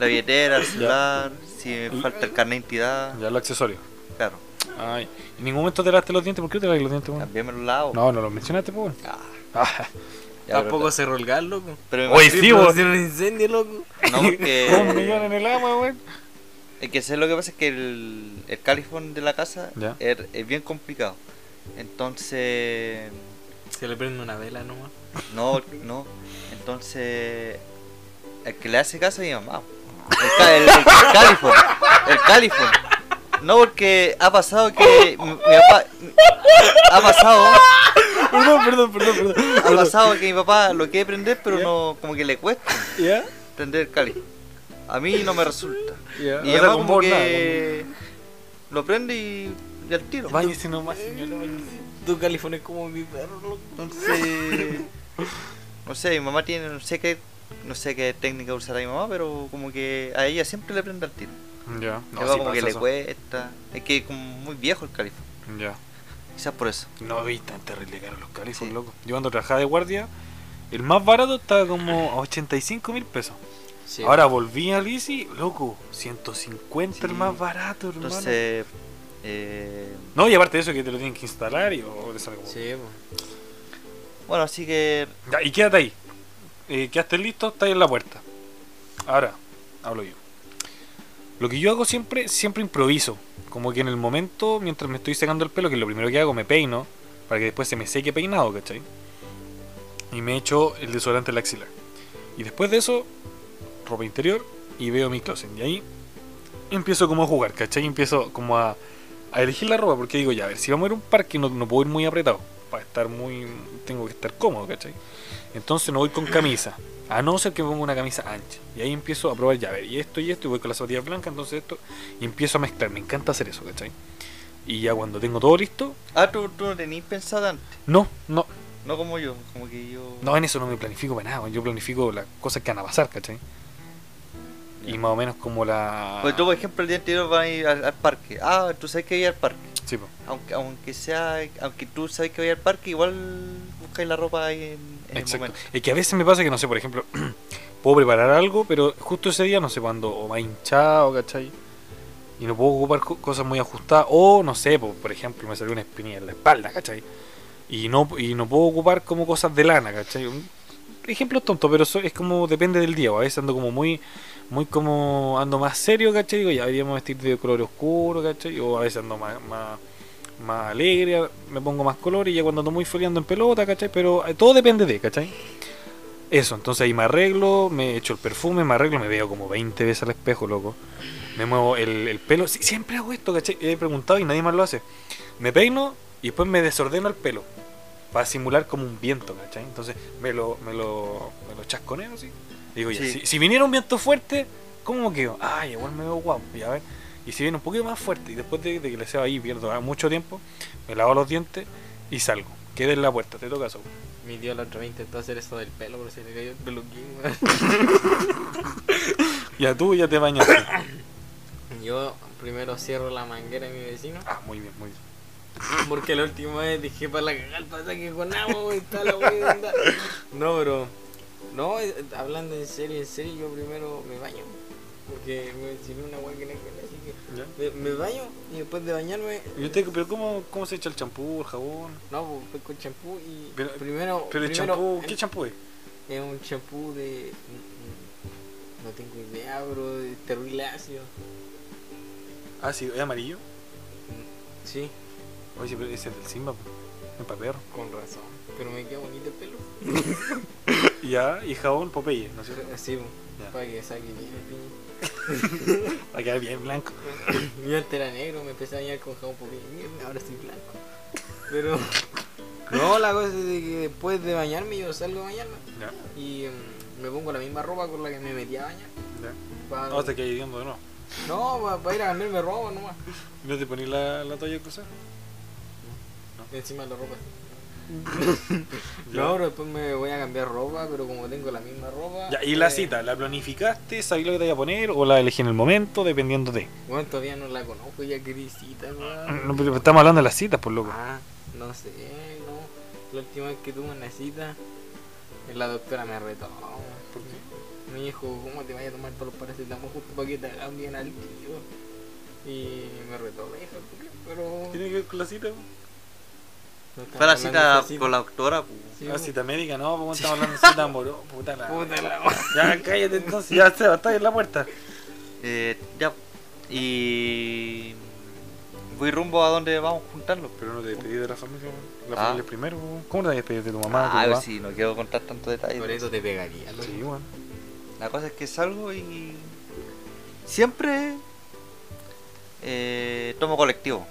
La billetera, el celular, si me falta el carnet de identidad. Ya el accesorio. Claro, Ay. En ningún momento te lavaste los dientes. ¿Por qué no te lavaste los dientes, weón? también me lo lavo. No, no los mencionaste, pues, weón. Ah, Ah, ya, Tampoco pero- se rolgar, loco. pero Oye, sí, vos. un incendio, loco. No, Un millón porque. en el agua, weón. Es que sé lo que pasa es que el, el califón de la casa Ya. es, es bien complicado. Entonces. Se le prende una vela nomás. No, no. Entonces. El que le hace caso es mi mamá. El, ca- el, el califón. El califón. No, porque ha pasado que. Mi, mi papá. Ha pasado. Perdón, perdón, perdón, perdón. Ha pasado que mi papá lo quiere prender, pero no. Como que le cuesta ¿Ya? prender el califón. A mí no me resulta. Ya. Y o sea, además con como vos que lo prende y, y al tiro. nada. Váyase nomás, señora. váyase. Tu califón es como mi perro, loco. Entonces, no sé, mi mamá tiene, no sé qué, no sé qué técnica usará mi mamá, pero como que a ella siempre le prende al tiro. Ya. Mi sí papá como pasa que le eso. cuesta. Es que es como muy viejo el califón, Ya. quizás por eso. No vi tan terrible caro los califos, Sí. loco. Yo cuando trabajaba de guardia, el más barato estaba como a 85 mil pesos. Sí. Ahora volví a Lisi, loco, 150 el Sí. más barato, hermano. Entonces, eh, No, y aparte de eso que te lo tienen que instalar y o te sale como- Sí, bueno, así que Ya, y quédate ahí. Eh, quedaste listo, está ahí en la puerta. Ahora, hablo yo. Lo que yo hago siempre, siempre improviso. Como que en el momento, mientras me estoy secando el pelo, que lo primero que hago, me peino. Para que después se me seque peinado, ¿cachai? Y me echo el desodorante en la axilar. Y después de eso, ropa interior y veo mi closet. Y ahí empiezo como a jugar, ¿cachai? Empiezo como a, a elegir la ropa. Porque digo, ya, a ver, si vamos a ir a un parque, no, no puedo ir muy apretado. Para estar muy... Tengo que estar cómodo, ¿cachai? Entonces no voy con camisa. A no ser que me ponga una camisa ancha. Y ahí empiezo a probar ya, a ver, y esto y esto, y voy con las zapatillas blancas, entonces esto. Y empiezo a mezclar. Me encanta hacer eso, ¿cachai? Y ya cuando tengo todo listo, ah, tú, tú no tenías pensado antes, no, no, no como yo, como que yo no, en eso no me planifico para nada. Yo planifico las cosas que van a pasar, ¿cachai? Y más o menos como la. Pues tú, por ejemplo, el día anterior vas a ir al, al parque. Ah, tú sabes que voy al parque. Sí, po. Aunque, aunque sea, aunque tú sabes que voy al parque, igual buscáis la ropa ahí en, en el Exacto. momento. Es que a veces me pasa que, no sé, por ejemplo, puedo preparar algo, pero justo ese día, no sé cuándo, o más hinchado, ¿cachai? Y no puedo ocupar co- cosas muy ajustadas, o no sé, po, por ejemplo, me salió una espinilla en la espalda, ¿cachai? Y no, y no puedo ocupar como cosas de lana, ¿cachai? Un ejemplo tonto, pero eso es como depende del día, o a veces ando como muy, muy como, ando más serio, ¿cachai? Digo, ya deberíamos vestir de color oscuro, ¿cachai? O a veces ando más, más, más alegre, me pongo más color y ya cuando ando muy feliz ando en pelota, ¿cachai? Pero eh, todo depende de, ¿cachai? Eso, entonces ahí me arreglo, me echo el perfume, me arreglo, me veo como 20 veces al espejo, loco. Me muevo el, el pelo. Sí, siempre hago esto, ¿cachai? He preguntado y nadie más lo hace. Me peino y después me desordeno el pelo. Para simular como un viento, ¿cachai? Entonces me lo, me lo, me lo chasconeo así. Digo, ya, Sí. si, si viniera un viento fuerte, ¿cómo quedo? Ay, igual me veo guapo, ya ver. Y si viene un poquito más fuerte y después de, de que le sea ahí, pierdo ah, mucho tiempo, me lavo los dientes y salgo. Queda en la puerta, te toca eso. Mi tío la otra vez intentó hacer eso del pelo, pero se le cayó el peluquín, weón. Ya tú ya te bañaste. Yo primero cierro la manguera de mi vecino. Ah, muy bien, muy bien. Porque la última vez dije para la cagar pasa que con agua, güey, está la onda. No, pero. No, eh, hablando en serio, en serio, yo primero me baño. Porque me enseñó una agua que no quería, así que. Me, me baño y después de bañarme. ¿Y usted, pero cómo, cómo se echa el champú, el jabón? No, pues voy con champú y. Pero- primero. Pero Oh, el primero- champú, ¿qué champú es? Es un champú de. No tengo idea, bro, de terrible ácido. Ah, sí, es amarillo. Sí, Oye, pero ese es del Simba, po. es para perro. con razón. Pero me queda bonito el pelo. Ya, y jabón Popeye, ¿no es cierto? Sí, bo, Ya. para que saque bien el piño. Para quedar bien blanco. Yo antes era negro, me empecé a bañar con jabón porque mierda, ahora estoy blanco. Pero. No, la cosa es de que después de bañarme yo salgo a bañarme Ya, y mm, me pongo la misma ropa con la que me metí a bañar. ya. pa- No, Oh, te quedas viendo, no. No, para ir a cambiarme ropa nomás. ¿No te pones la, la toalla cruzada? Encima de la ropa. No, pero después me voy a cambiar ropa, pero como tengo la misma ropa. Ya, y la eh, cita, ¿la planificaste? ¿Sabías lo que te iba a poner? ¿O la elegí en el momento? Dependiendo de. Bueno, todavía no la conozco, ya querí cita, weón. Ah, No, pues. pero estamos hablando de las citas, por loco. Ah, no sé, no. La última vez que tuve una cita, la doctora me retó. ¿Por qué? Me dijo, ¿cómo te vaya a tomar todos los paracetamol justo para que te hagan bien al tío? Y me retó, me dijo, ¿por qué? Pero. que ver con la cita? no estamos Fue la hablando cita de con la doctora, pu. Sí, Ah, po. cita médica, no, porque estamos hablando de cita amorosa. Puta la. Puta la- Ya, cállate entonces, ya se va a estar en la puerta. Eh, ya. Y. Voy rumbo a donde vamos a juntarnos. Pero no te despedí de la familia, weón. La Ah. familia es primero, weón. ¿Cómo te despedís de tu mamá? Ah, de tu ver papá? sí, no quiero contar tanto detalle. Por eso te pegaría, loco. Sí, weón. La cosa es que salgo y. Siempre. eh, tomo colectivo.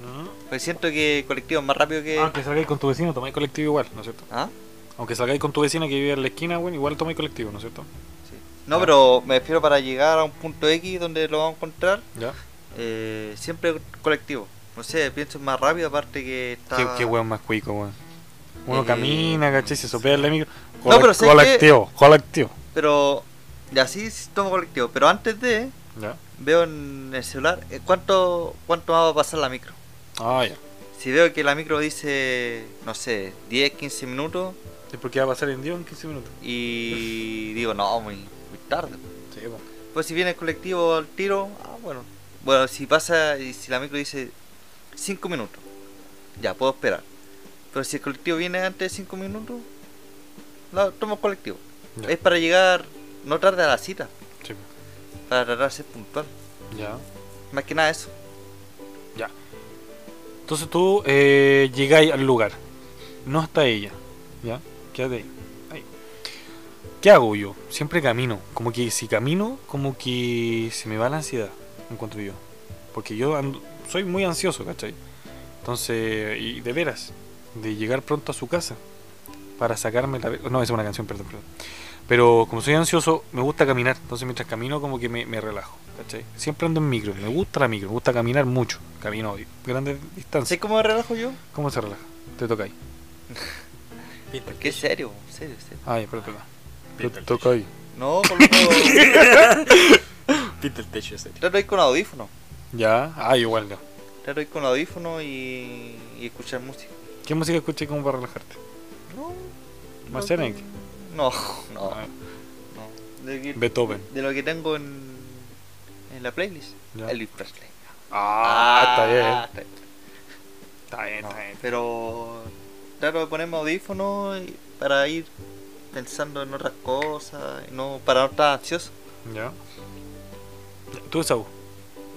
Ujú. Pues siento que colectivo es más rápido que. Aunque Ah, salgáis con tu vecino, tomáis colectivo igual, ¿no es cierto? ¿Ah? Aunque salgáis con tu vecina que vive en la esquina, weón, igual tomáis colectivo, ¿no es cierto? Sí. No, Ah. pero me refiero para llegar a un punto X donde lo vamos a encontrar. Ya. eh, siempre colectivo. No sé, pienso es más rápido, aparte que está. Qué, qué weón más cuico, weón. Uno Eh, camina, ¿cachai? Se sopea el micro. No, pero sé que- colectivo, colectivo. Pero. Y así tomo colectivo. Pero antes de. Ya. Veo en el celular eh, cuánto, cuánto más va a pasar la micro. Ah, ya. Si veo que la micro dice, no sé, 10, 15 minutos ¿Y por qué va a pasar en Dios en 15 minutos? y digo, no, muy, muy tarde. Sí, weón. Pues si viene el colectivo al tiro, ah, bueno. Bueno, si pasa y si la micro dice 5 minutos, ya puedo esperar. Pero si el colectivo viene antes de 5 minutos, la tomo colectivo. Ya. Es para llegar, no tarde a la cita, Sí, weón. para tratar de ser puntual. Ya. Más que nada eso. Entonces tú eh, llegáis al lugar. No está ella. ¿Ya? Quédate ahí. Ahí. ¿Qué hago yo? Siempre camino. Como que si camino, como que se me va la ansiedad. Encuentro yo. Porque yo ando- soy muy ansioso, ¿cachai? Entonces, y de veras, de llegar pronto a su casa. Para sacarme la... ve- No, esa es una canción, perdón, perdón. Pero como soy ansioso, me gusta caminar. Entonces mientras camino como que me, me relajo. ¿Cachai? Siempre ando en micro. Me gusta la micro. Me gusta caminar mucho. Camino grandes distancias. ¿Sé cómo me relajo yo? ¿Cómo se relaja? Te toca ahí. Pinta el Qué quillo. serio, serio, serio. Ay, pero toca. Te Pinta el toca ahí. No, por lo Pinta el techo, serio. trato de ir con audífono. Ya, ah, igual no. Trato de ir con audífono y, y escuchar música. ¿Qué música escuché como para relajarte? No, Marcianek. no, no. Ah, no. De, que- Beethoven. de lo que tengo en, en la playlist. Ya. Elvis Presley. Ah, está bien. está bien. Está bien, está bien. Pero trato de ponerme audífono y- para ir pensando en otras cosas, y no para no estar ansioso, Ya. Tú, Saúl,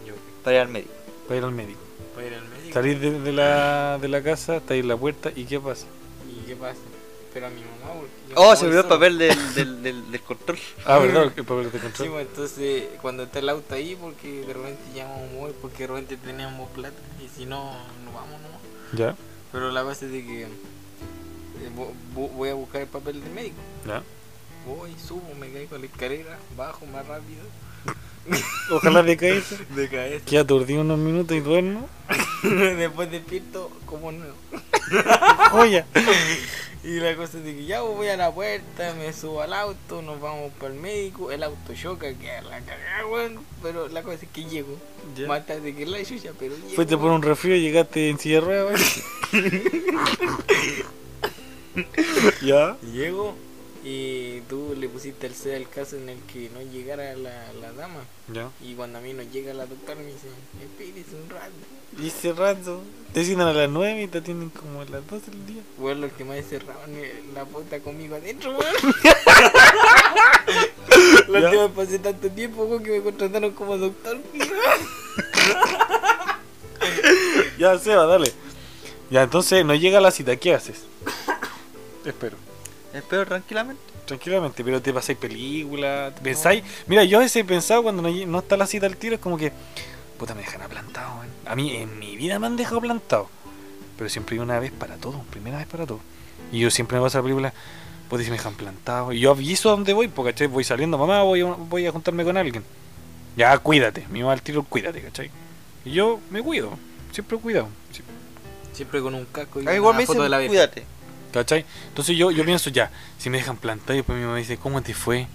Yo para ir al médico. para ir al médico. voy a ir al médico. Salís de, de la, de la casa, estáis en la puerta y ¿qué pasa? ¿Y qué pasa? Espero a mi mamá porque yo Oh, me se voy olvidó el solo. papel del, del, del, del control. Ah, ¿verdad? El papel de Sí, control. pues, entonces cuando está el auto ahí, porque de repente llamamos muy, porque de repente tenemos plata y si no, no vamos nomás. Ya, Pero la cosa es de que eh, vo- vo- voy a buscar el papel del médico. ya. Voy, subo, me caigo a la escalera, bajo más rápido. Ojalá decaíste. De cabeza. Que aturdido unos minutos y duermo. Después despierto como nuevo. Joya. Y la cosa es de que ya pues, voy a la puerta, me subo al auto, nos vamos para el médico, el auto choca, queda la cagada, weón. Pero la cosa es que llego. Ya. Más tarde que la chucha, pero llego. Fuiste por un refrío y llegaste en silla de ruedas. ya. Llego y tú le pusiste el C al caso en el que no llegara la, la dama. Ya. Y cuando a mí no llega la doctora me dice, espérese un rato. Y cerrando. Te citan a las 9 y te tienen como a las 12 del día. Weón, los que más cerraban eh, la puta conmigo adentro, weón. La Ya. última vez pasé tanto tiempo, weón, que me contrataron como doctor. Ya, Seba, dale. Ya, entonces no llega la cita. ¿Qué haces? Espero. Espero tranquilamente. Tranquilamente, pero te pasáis película. te Pensáis. Mira, yo a veces he pensado cuando no, lle- no está la cita al tiro, es como que. Puta, me dejan aplantado, weón. A mí en mi vida me han dejado aplantado. Pero siempre hay una vez para todo, primera vez para todo. Y yo siempre me pasa la película. Pues me dejan plantado. Y yo aviso a dónde voy, porque ¿cachai? voy saliendo, mamá, voy a, voy a juntarme con alguien. Ya, cuídate. Mi mamá al tiro, cuídate, ¿cachai? Y yo me cuido. Siempre cuidado. sí. Siempre con un casco y Ah, igual una me foto de la dicen, Virgen. cuídate. ¿Cachai? Entonces yo, yo pienso ya, si me dejan plantado y después mi mamá dice, ¿cómo te fue?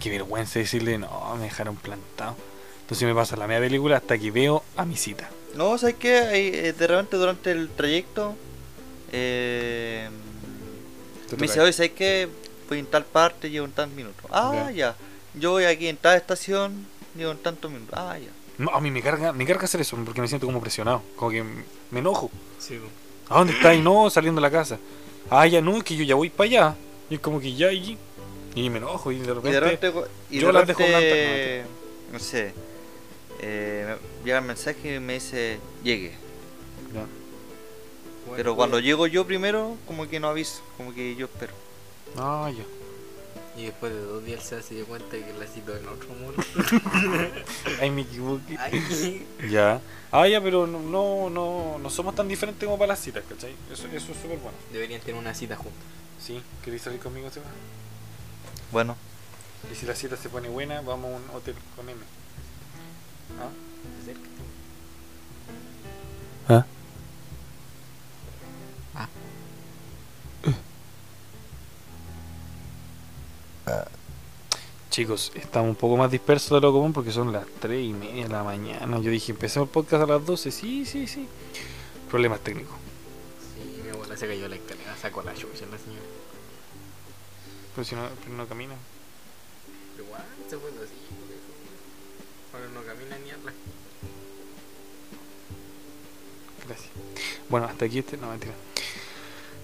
Qué vergüenza decirle, no, me dejaron plantado. Entonces me pasa la media película hasta que veo a mi cita. No, ¿sabes qué? Ahí, eh, de repente durante el trayecto eh, Te me dice, toca. oye, ¿sabes qué? Voy en tal parte, llevo en tantos minutos. Ah, ya. Yo voy aquí en tal estación, llevo en tantos minutos. Ah, ya. No, a mí me carga, me carga hacer eso porque me siento como presionado, como que me enojo. Sí, pues, po. ¿A dónde está? Y no, saliendo de la casa. Ah, ya no, es que yo ya voy para allá. Y es como que ya, y, y me enojo y de Y repente... de repente, y yo de las dejo repente, no sé, eh, me- llega el mensaje y me dice, llegue. Ya. Bueno, Pero cuídate. cuando llego yo primero, como que no aviso, como que yo espero. Ah, ya. Y después de dos días se hace de cuenta que la citó en otro mundo. Ay, me equivoqué. Ay, Ya. Ah, ya, pero no, no, no, no somos tan diferentes como para las citas, ¿cachai? Eso, eso es súper bueno. Deberían tener una cita juntos. Sí, ¿queréis salir conmigo, Seba? Bueno, Y si la cita se pone buena, vamos a un hotel con M. ¿Ah? ¿Ah? Ah. Chicos, estamos un poco más dispersos de lo común porque son las 3 y media de la mañana. Yo dije, empezamos el podcast a las 12. Sí, sí, sí. Problemas técnicos. Sí, mi abuela se cayó la escalera, sacó la chucha la señora. Pero si no, pero no camina. Pero igual se fue así. Ahora no camina ni habla. Gracias. Bueno, hasta aquí este. No, mentira.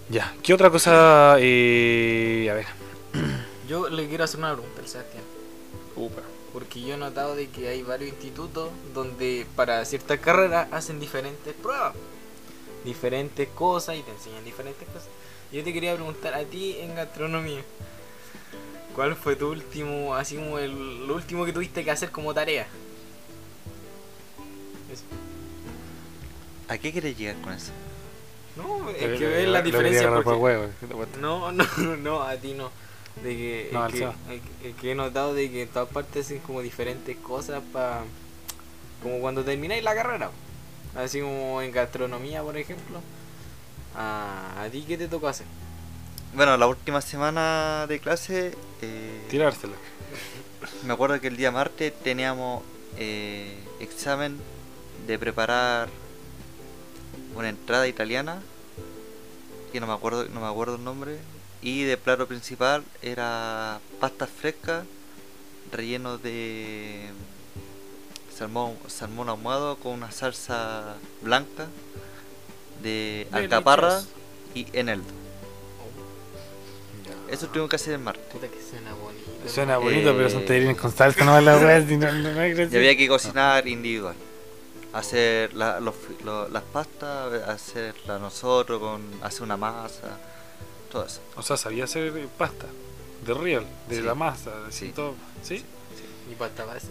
Ya. ¿Qué otra cosa? eh, a ver. Yo le quiero hacer una pregunta al Sebastián. Upa. Porque yo he notado de que hay varios institutos donde para ciertas carreras hacen diferentes pruebas, diferentes cosas y te enseñan diferentes cosas. Yo te quería preguntar a ti en gastronomía, ¿cuál fue tu último, así como el, lo último que tuviste que hacer como tarea? Eso. ¿a qué querés llegar con eso? No, Lo es que le- ves lo- la lo diferencia. quería agarrar por porque- huevo, eh. que te cuesta. No, no, no, a ti no. De que, No, el al que, Seba. el que- el que he notado de que en todas partes hacen como diferentes cosas para... Como cuando termináis la carrera. Así como en gastronomía, por ejemplo. ¿A, a ti qué te tocó hacer? Bueno, la última semana de clase, eh, Tirársela. me acuerdo que el día martes teníamos eh, examen de preparar una entrada italiana, que no me acuerdo, no me acuerdo el nombre, y de plato principal era pastas frescas, relleno de salmón, salmón ahumado con una salsa blanca de alcaparra y eneldo. Eso tuvimos que hacer el martes. Puta que suena bonito. Suena hermano. bonito, Eh, pero son tallerines con salsa, no la wea. si no- no- no hay Y gracia. había que cocinar individual. Hacer la- los fri- lo- las pastas, hacerla nosotros, con, hacer una masa, todo eso. O sea, sabía hacer eh, pasta. De real, de Sí. la masa, de Sí. todo. ¿Sí? Eh, Y pasta base.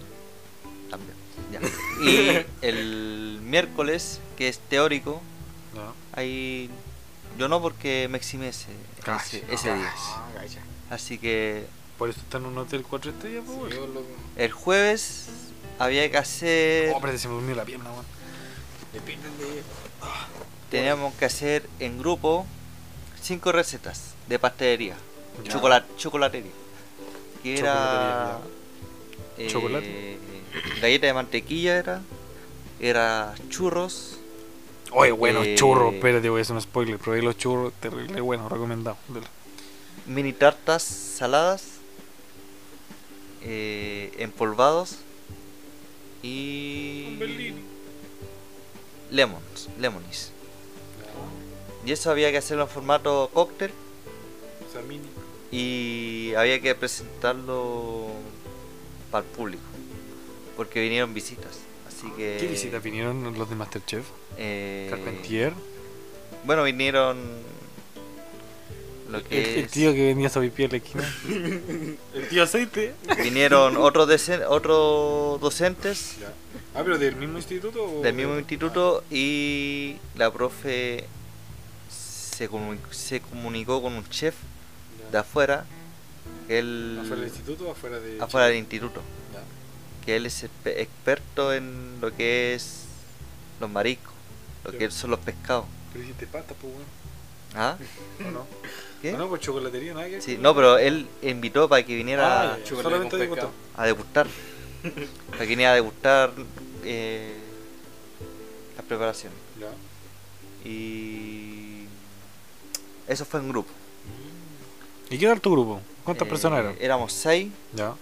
También. Ya. Y el miércoles, que es teórico, No. ahí yo no porque me eximé ese, Ah, ese, no. ese día. Ah, gacha. Así que Por eso está en un hotel cuatro estrellas, Sí, pues. yo weón. loco. el jueves había que hacer, Oh, espérate, se me durmió la pierna, weón. Depende de- teníamos que hacer en grupo cinco recetas de pastelería. Ya. Chocolat, chocolatería. Que era. Chocolatería, eh, Chocolate. Galleta de mantequilla era. Era churros. Oye, bueno, Eh. churros, espérate, voy a hacer un spoiler. Probé los churros, terrible, bueno, recomendado. Dale. Mini tartas saladas. eh, empolvados. Y. Lemons. Lemonis. Y eso había que hacerlo en formato cóctel. O sea, mini. y había que presentarlo para el público porque vinieron visitas así que ¿Qué visitas vinieron los de Masterchef? eh, Carpentier. bueno vinieron lo El, que el es- tío que vendía sopaipilla en la esquina. el tío aceite. vinieron otros decen- otros docentes Ah, pero del mismo instituto. o del de- mismo instituto y la profe se, comu- se comunicó con un chef Ya. de afuera él ¿Afuera del instituto o afuera de.? afuera del instituto Ya. que él es exper- experto en lo que es los mariscos, lo Sí. que son los pescados. Pero dijiste pasta, pues, weón. ¿Ah? ¿O no? ¿Qué? ¿O no? Pues chocolatería, nada que Sí, no, pero él invitó para que viniera Ah, ya, chocolate solamente con digo pescado. esto. a degustar. para que viniera a degustar eh, las preparaciones. Ya. Y eso fue en grupo. ¿Y qué era tu grupo? ¿Cuántas Eh, personas eran? Éramos seis Ya.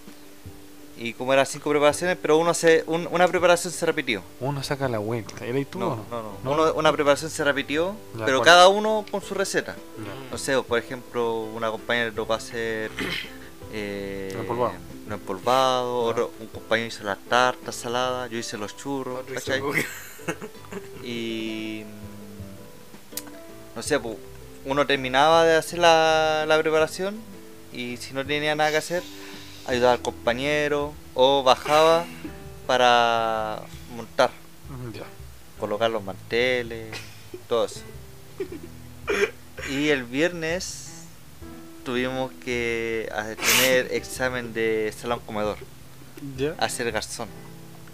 y como eran cinco preparaciones, pero uno se, un- una preparación se repitió. Uno saca la vuelta. ¿Era y tú o No, no? no, no. ¿No? Uno- una preparación se repitió, Ya, pero ¿cuál? cada uno con su receta. Ya. No sé, por ejemplo, una compañera lo va a hacer eh, Un empolvado. un empolvado, Ya. otro- un compañero hizo las tartas saladas, yo hice los churros, Otro ¿cachai? hizo- Y mm, no sé, pues, uno terminaba de hacer la, la preparación y si no tenía nada que hacer, ayudaba al compañero o bajaba para montar, Ya. colocar los manteles, todo eso. Y el viernes tuvimos que hacer- tener examen de salón comedor, Ya. hacer garzón.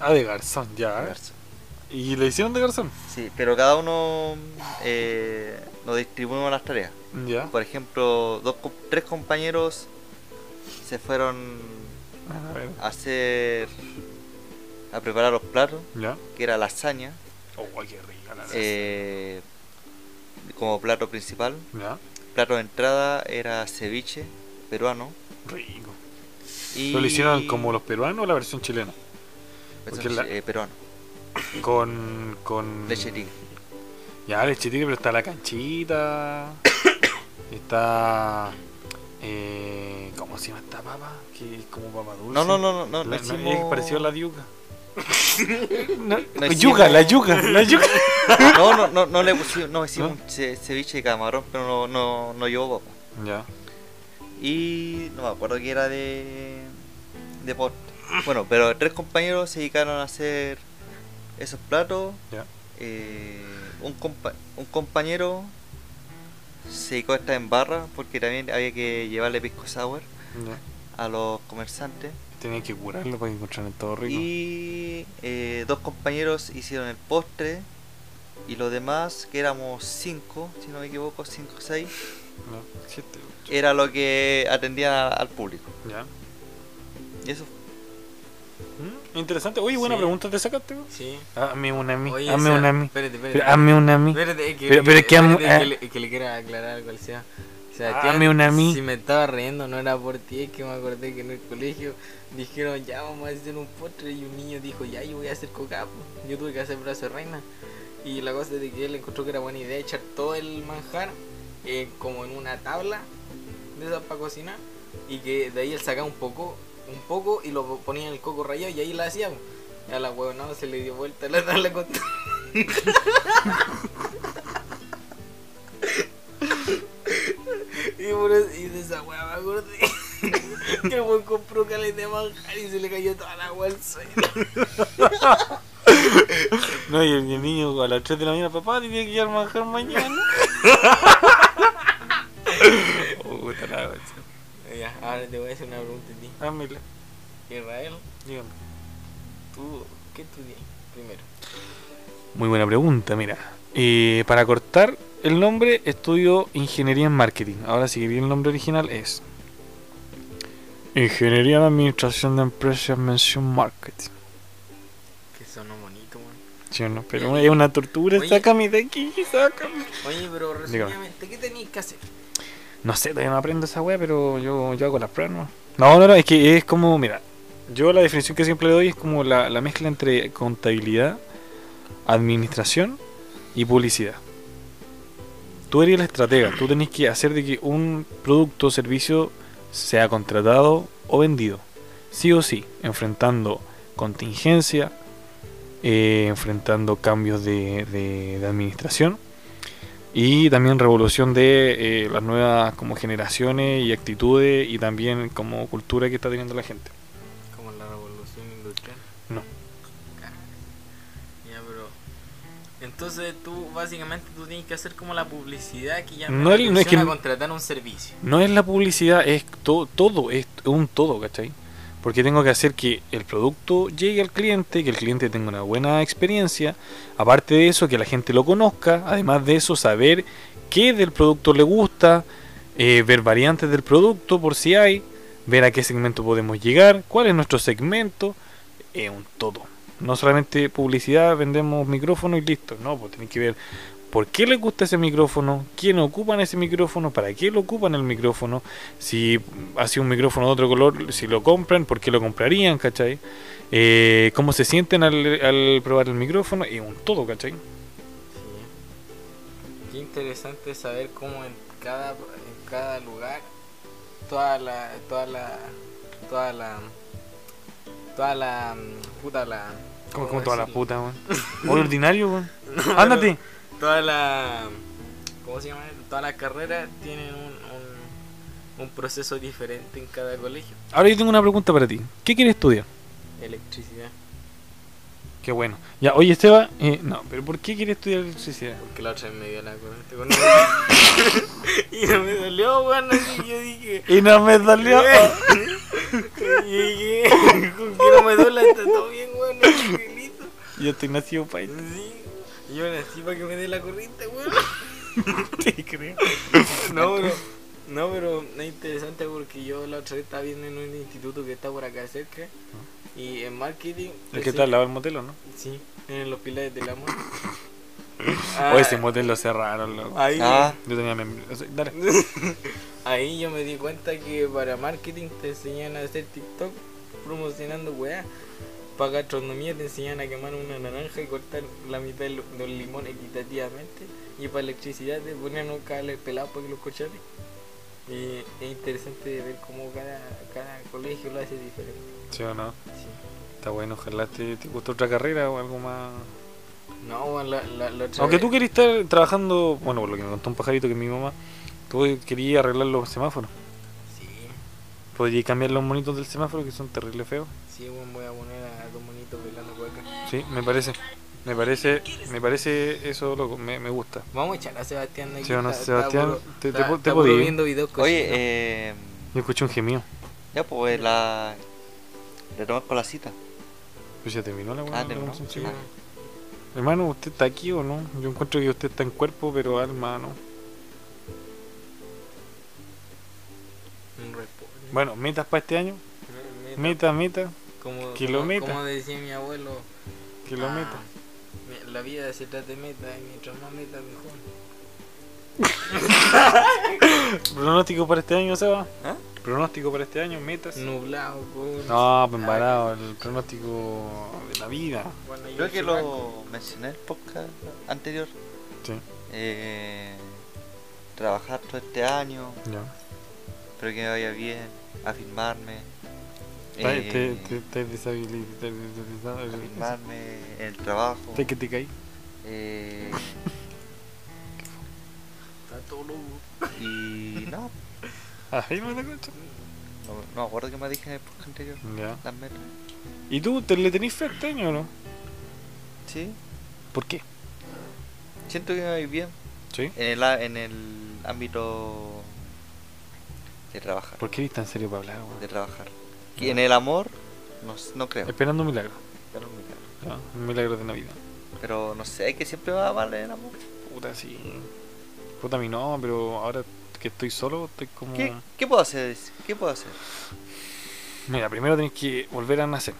Ah, de garzón, ya. ¿eh? garzón. ¿Y le hicieron de garzón? Sí, pero cada uno eh, nos distribuimos las tareas. Ya. Por ejemplo, dos, co- tres compañeros se fueron A ver. a hacer, a preparar los platos, Ya. que era lasaña, Oh, qué rica la eh, como plato principal. Ya. Plato de entrada era ceviche peruano. Rico. Y ¿Pero lo hicieron como los peruanos o la versión chilena? Eso porque sí, la- Mm. eh, peruano, Con. con... leche tigre. Ya, leche tigre, pero está la canchita. está. Eh, ¿Cómo se llama esta papa? Que es como papa dulce. No, no, no, no, no, La- no no, hicimos- Es parecido a la yuca. No, No yuca, hicimos- la yuca, la yuca. No, no, no, no le pusimos, no hicimos ¿No? un ce- ceviche de camarón, pero no, no, no llevó papa. Ya, Y no me acuerdo que era de. de postre. Bueno, pero tres compañeros se dedicaron a hacer esos platos. ya. eh, un, compa- un compañero se dedicó a estar en barra porque también había que llevarle pisco sour ya. a los comerciantes. Tenía que curarlo para que encontraran todo rico. Y eh, dos compañeros hicieron el postre. Y los demás, que éramos cinco, si no me equivoco, cinco o seis, No, siete, ocho. era lo que atendían a- al público. Ya. Y eso Mm, Interesante. Oye, buena Sí. pregunta te sacaste. vos? Sí. Hazme una a mí, Oye, hazme Seba, una a mí. Espérate, espérate. Pero Hazme una a mí. Espérate, es que, Pero- pero es que am- espérate, eh. le, que le quiero aclarar algo al Seba. Dame una a mí. Si me estaba riendo, no era por ti, es que me acordé que en el colegio dijeron, ya vamos a hacer un postre. Y un niño dijo, ya yo voy a hacer coca. po". Yo tuve que hacer brazo de reina. Y la cosa es de que él encontró que era buena idea echar todo el manjar eh, como en una tabla de esas para cocinar. Y que de ahí él sacaba un poco, un poco y lo ponía en el coco rayado y ahí la hacía. po. A la huevonada se le dio vuelta la tabla con Y, por eso- y de esa weá me acordé que el weón compró caleta de manjar y se le cayó toda la agua al suelo. No, y el, y el niño a las 3 de la mañana, papá, tiene que ir a manjar mañana. oh, puta la wea. Ya, ahora te voy a hacer una pregunta a ti. Hámela, Israel, dígame. ¿tú qué estudias primero? Muy buena pregunta, mira. Eh, para cortar el nombre, estudio Ingeniería en Marketing. Ahora, si quería el nombre original, es Ingeniería en Administración de Empresas Mención Marketing. Que sonó bonito, weón. Sí, o no, pero es una tortura. Oye. Sácame de aquí, sácame. Oye, pero Dígame. resumidamente, ¿qué tenéis que hacer? No sé, todavía no aprendo esa weá, pero yo, yo hago las pruebas. ¿no? no, no, no, es que es como, mira, yo la definición que siempre le doy es como la, la mezcla entre contabilidad, administración y publicidad. Tú eres el estratega, tú tenés que hacer de que un producto o servicio sea contratado o vendido, sí o sí, enfrentando contingencia, eh, enfrentando cambios de- de- de administración y también revolución de eh, las nuevas como generaciones y actitudes y también como cultura que está teniendo la gente. Como la revolución industrial. No. Caga. Ya, pero. Entonces tú, básicamente, tú tienes que hacer como la publicidad que llama No, la el- no, es atención que- a contratar un servicio. No es la publicidad, es to- todo, es un todo, ¿cachai? Porque tengo que hacer que el producto llegue al cliente, que el cliente tenga una buena experiencia. Aparte de eso, que la gente lo conozca. Además de eso, saber qué del producto le gusta, eh, ver variantes del producto por si hay, ver a qué segmento podemos llegar, cuál es nuestro segmento, es un todo. No solamente publicidad, vendemos micrófono y listo. No, pues tienen que ver por qué les gusta ese micrófono, quién ocupan ese micrófono, para qué lo ocupan el micrófono, si hace un micrófono de otro color, si lo compran, por qué lo comprarían, ¿cachai? Eh, cómo se sienten al, al probar el micrófono, es un todo, ¿cachai? Sí. Qué interesante saber cómo en cada, en cada lugar toda la toda la toda la toda la mm, puta la Como, ¿cómo todas las decirlo? putas, weón. Muy ordinario, weón. Ándate. toda la ¿cómo se llama? Todas las carreras tienen un, un, un proceso diferente en cada colegio. Ahora yo tengo una pregunta para ti. ¿Qué quieres estudiar? Electricidad, Qué bueno. Ya, oye, Esteban, eh, no, pero ¿por qué quieres estudiar electricidad? porque la otra vez me dio la corriente con y no me dolió, weón, así que yo dije, Y no me salió. y dije, con que no me duela está todo bien, weón, qué lindo. yo estoy nacido para esto. Sí, yo nací para que me dé la corriente, weón. Te creo. No, pero, no, pero es interesante porque yo la otra vez estaba viendo en un instituto que está por acá cerca y en marketing. ¿El pues, que está al lado del motel o no? Sí, en los pilares del amor. Ah, Oye, ese motel lo cerraron, loco. ahí, Ah. Yo tenía mem- o sea, Dale. ahí yo me di cuenta que para marketing te enseñan a hacer TikTok promocionando weá. Para gastronomía te enseñan a quemar una naranja y cortar la mitad del del limón equitativamente. Y para electricidad te ponían un cable pelado para que los cochares. Y es interesante ver cómo cada, cada colegio lo hace diferente. ¿Sí o no? sí. Está bueno, ojalá te, te guste otra carrera o algo más. No, la, la, la otra Aunque vez- tú querías estar trabajando, bueno, por lo que me contó un pajarito que mi mamá, tú querías arreglar los semáforos. Sí, Podrías cambiar los monitos del semáforo que son terrible feos. sí, bueno, voy a poner a dos monitos pelando cueca. Sí, me parece. Me parece, me parece eso loco, me, me gusta. Vamos a echar a Sebastián de aquí. Sí, bueno, está- está Sebastián, puro- te- te está- po- te está puro podí. viendo videos Oye, cochinos. eh, Yo escuché un gemido. ya pues la... Retomar con la cita. Pues ya terminó la Ah, buena terminó. conversación, Sí, sí. bueno. Hermano, ¿usted está aquí o no? Yo encuentro que usted está en cuerpo, pero alma no. Un reporte. Bueno, metas para este año. Meta, Meta, meta, como, que lo como- meta. como decía mi abuelo. que lo ah, meta. me- La vida se trata de meta y mientras más meta mejor. Pronóstico para este año, Seba. ¿Ah? Pronóstico para este año, metas. Nublado, con... No, pues embarado, el pronóstico de la vida. Bueno, yo Creo que soy banco. lo mencioné en el podcast anterior. Sí, Eh, trabajar todo este año, ya. espero que me vaya bien, afirmarme. Ay, Te, eh, te, te deshabilita- te deshabilita- afirmarme en el trabajo. Te que te caí. eh, Está todo loco. y no, Ahí me la concha. no, no me acuerdo que me dije en el podcast anterior. Ya. Las metas. ¿Y tú te le tenés fe a este año o no? Sí, ¿Por qué? siento que me va a ir bien ¿Sí? en el, a- en el ámbito de trabajar. ¿Por qué eres tan serio para hablar, weón? De trabajar. Y en el amor, no, s- no creo. Esperando un milagro. pero no creo. ya, Un milagro de Navidad. Pero no sé, que siempre va mal en el amor. Puta, sí. Puta, a mí no, pero ahora que estoy solo, estoy como. ¿Qué, qué puedo hacer? ¿Qué puedo hacer? Mira, primero tenés que volver a nacer.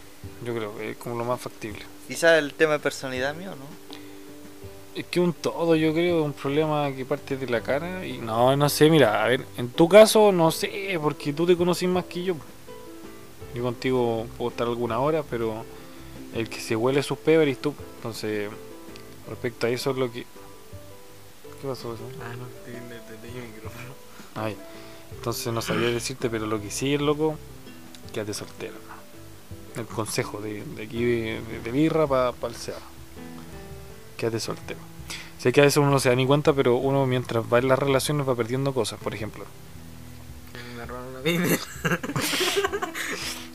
Yo creo que es como lo más factible. Quizás el tema de personalidad mío, ¿no? Es que un todo, yo creo, un problema que parte de la cara. Y no, no sé, mira, a ver, en tu caso, no sé, porque tú te conoces más que yo. Yo contigo puedo estar alguna hora, pero el que se huele sus peos eres tú. Entonces, respecto a eso es lo que. ¿Qué pasó eso? Ah, no, estoy viendo el detalle del micrófono. Ay, entonces no sabía decirte, pero lo que sí es loco, quédate soltero. hermano. El consejo de, de aquí de, de- de birra para el SEA. Quédate soltero. Sé que a veces uno no se da ni cuenta, pero uno mientras va en las relaciones va perdiendo cosas. Por ejemplo, Me robaron la vida.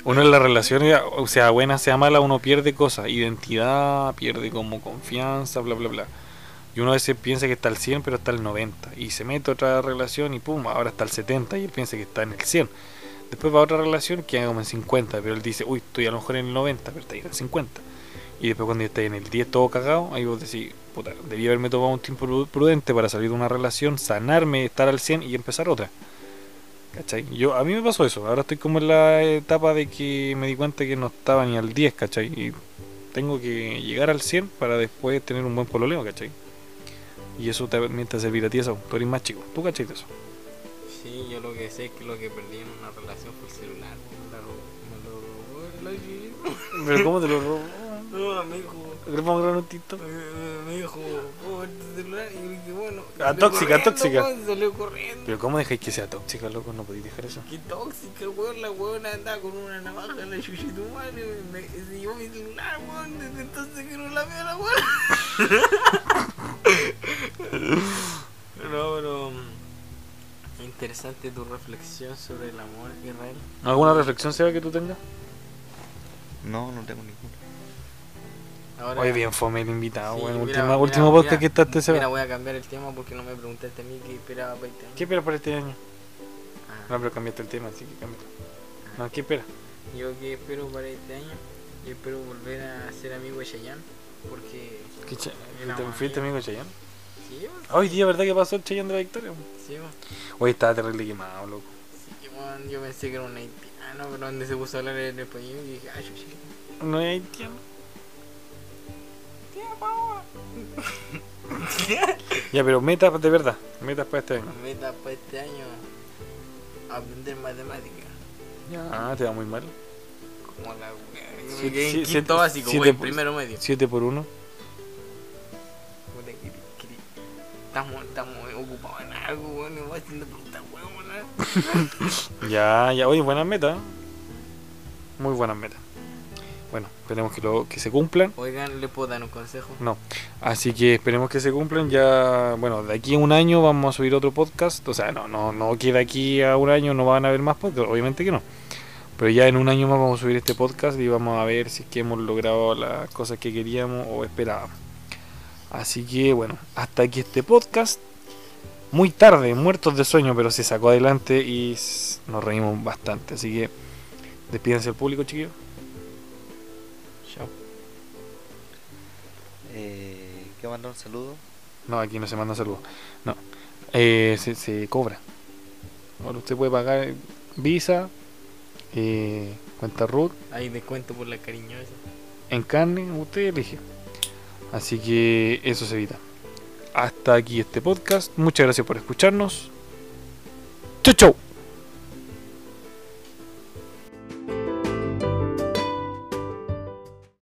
uno en las relaciones, o sea buena, sea mala, uno pierde cosas. Identidad, pierde como confianza, bla, bla, bla. Y uno a veces piensa que está al 100, pero está al 90. Y se mete a otra relación y pum, ahora está al 70 y él piensa que está en el 100. Después va a otra relación que haga como en 50, pero él dice, uy, estoy a lo mejor en el 90, pero está ahí en el 50. Y después cuando ya está ahí en el 10 todo cagado, ahí vos decís, puta, debí haberme tomado un tiempo pru- prudente para salir de una relación, sanarme, estar al 100 y empezar otra. ¿Cachai? Yo, a mí me pasó eso, ahora estoy como en la etapa de que me di cuenta que no estaba ni al 10, ¿cachai? Y tengo que llegar al 100 para después tener un buen pololeo, ¿cachai? Y eso también te servirá a ti eso, tú eres más chico, tú cachai de eso. Sí, yo lo que sé es que lo que perdí en una relación fue el celular. Me lo robó, Pero ¿cómo me lo robó el iPhone. te lo robo? No, amigo. Vamos a grabar un TikTok. Eh, Me dijo, pobre tu celular. Y yo dije, bueno. Ah, salió tóxica, corriendo, tóxica. weón, Salió corriendo. Pero ¿cómo dejáis que sea tóxica, loco? No podéis dejar eso. Qué tóxica, weón. La weona andaba con una navaja en la chucha de tu madre. weón. Me se llevó mi celular, weón. Desde entonces que no la veo, la weón. no, pero. mm, Interesante tu reflexión sobre el amor, Israel. ¿Alguna reflexión, Seba, que tú tengas? No, no tengo ninguna. Ahora, Oye, bien fome el invitado, sí, weón. mira, Última- mira, último mira, podcast que estás, Seba. Mira, voy a cambiar el tema porque no me preguntaste a mí qué esperaba para este año. ¿Qué esperas para este año? Ah. No, pero cambiaste el tema, así que cámbialo. No, ¿qué esperas? Yo que espero para este año, yo espero volver a ser amigo de Chayanne, porque... ¿Qué cha- Era ¿Te un fuiste amigo de Chayanne? Sí, Hoy día, ¿verdad que pasó el Chayanne de la Victoria? sí, bueno. Hoy estaba terrible quemado, loco. Sí, bueno, yo pensé que era un haitiano, pero donde se puso a hablar en español y dije, ay, chucha, No es haitiano. Ya, pero metas de verdad. Metas para este año. meta para este año, aprender matemática. Ah, te va muy mal. Como la wea, yo Sí, me quedé en sí, pues. sí, quinto básico, sí, güey, te- primero medio. 7 por 1. Puta, que- que- Estamos, estamos ocupados en algo, weón, me voy haciendo preguntas, weón, ¿no? Ya, ya, oye, buenas metas. ¿eh? Muy buenas metas. Bueno, esperemos que, lo, que se cumplan. Oigan, ¿le puedo dar un consejo? Así que esperemos que se cumplan. Ya, bueno, de aquí a un año vamos a subir otro podcast. O sea, no, no, no que de aquí a un año no van a haber más podcasts, obviamente que no. Pero ya en un año más vamos a subir este podcast y vamos a ver si es que hemos logrado las cosas que queríamos o esperábamos. Así que bueno, hasta aquí este podcast. Muy tarde, muertos de sueño, pero se sacó adelante y s- nos reímos bastante. Así que despídense del público, chiquillos. Chao. Eh, quiero mandar un saludo. No, aquí no se manda saludos. No. Eh, se, se cobra. Ahora usted puede pagar eh, Visa, eh, cuenta RUT, Ahí descuento por la cariñosa. en carne, usted elige. Así que eso se evita. Hasta aquí este podcast. Muchas gracias por escucharnos. Chau, chau.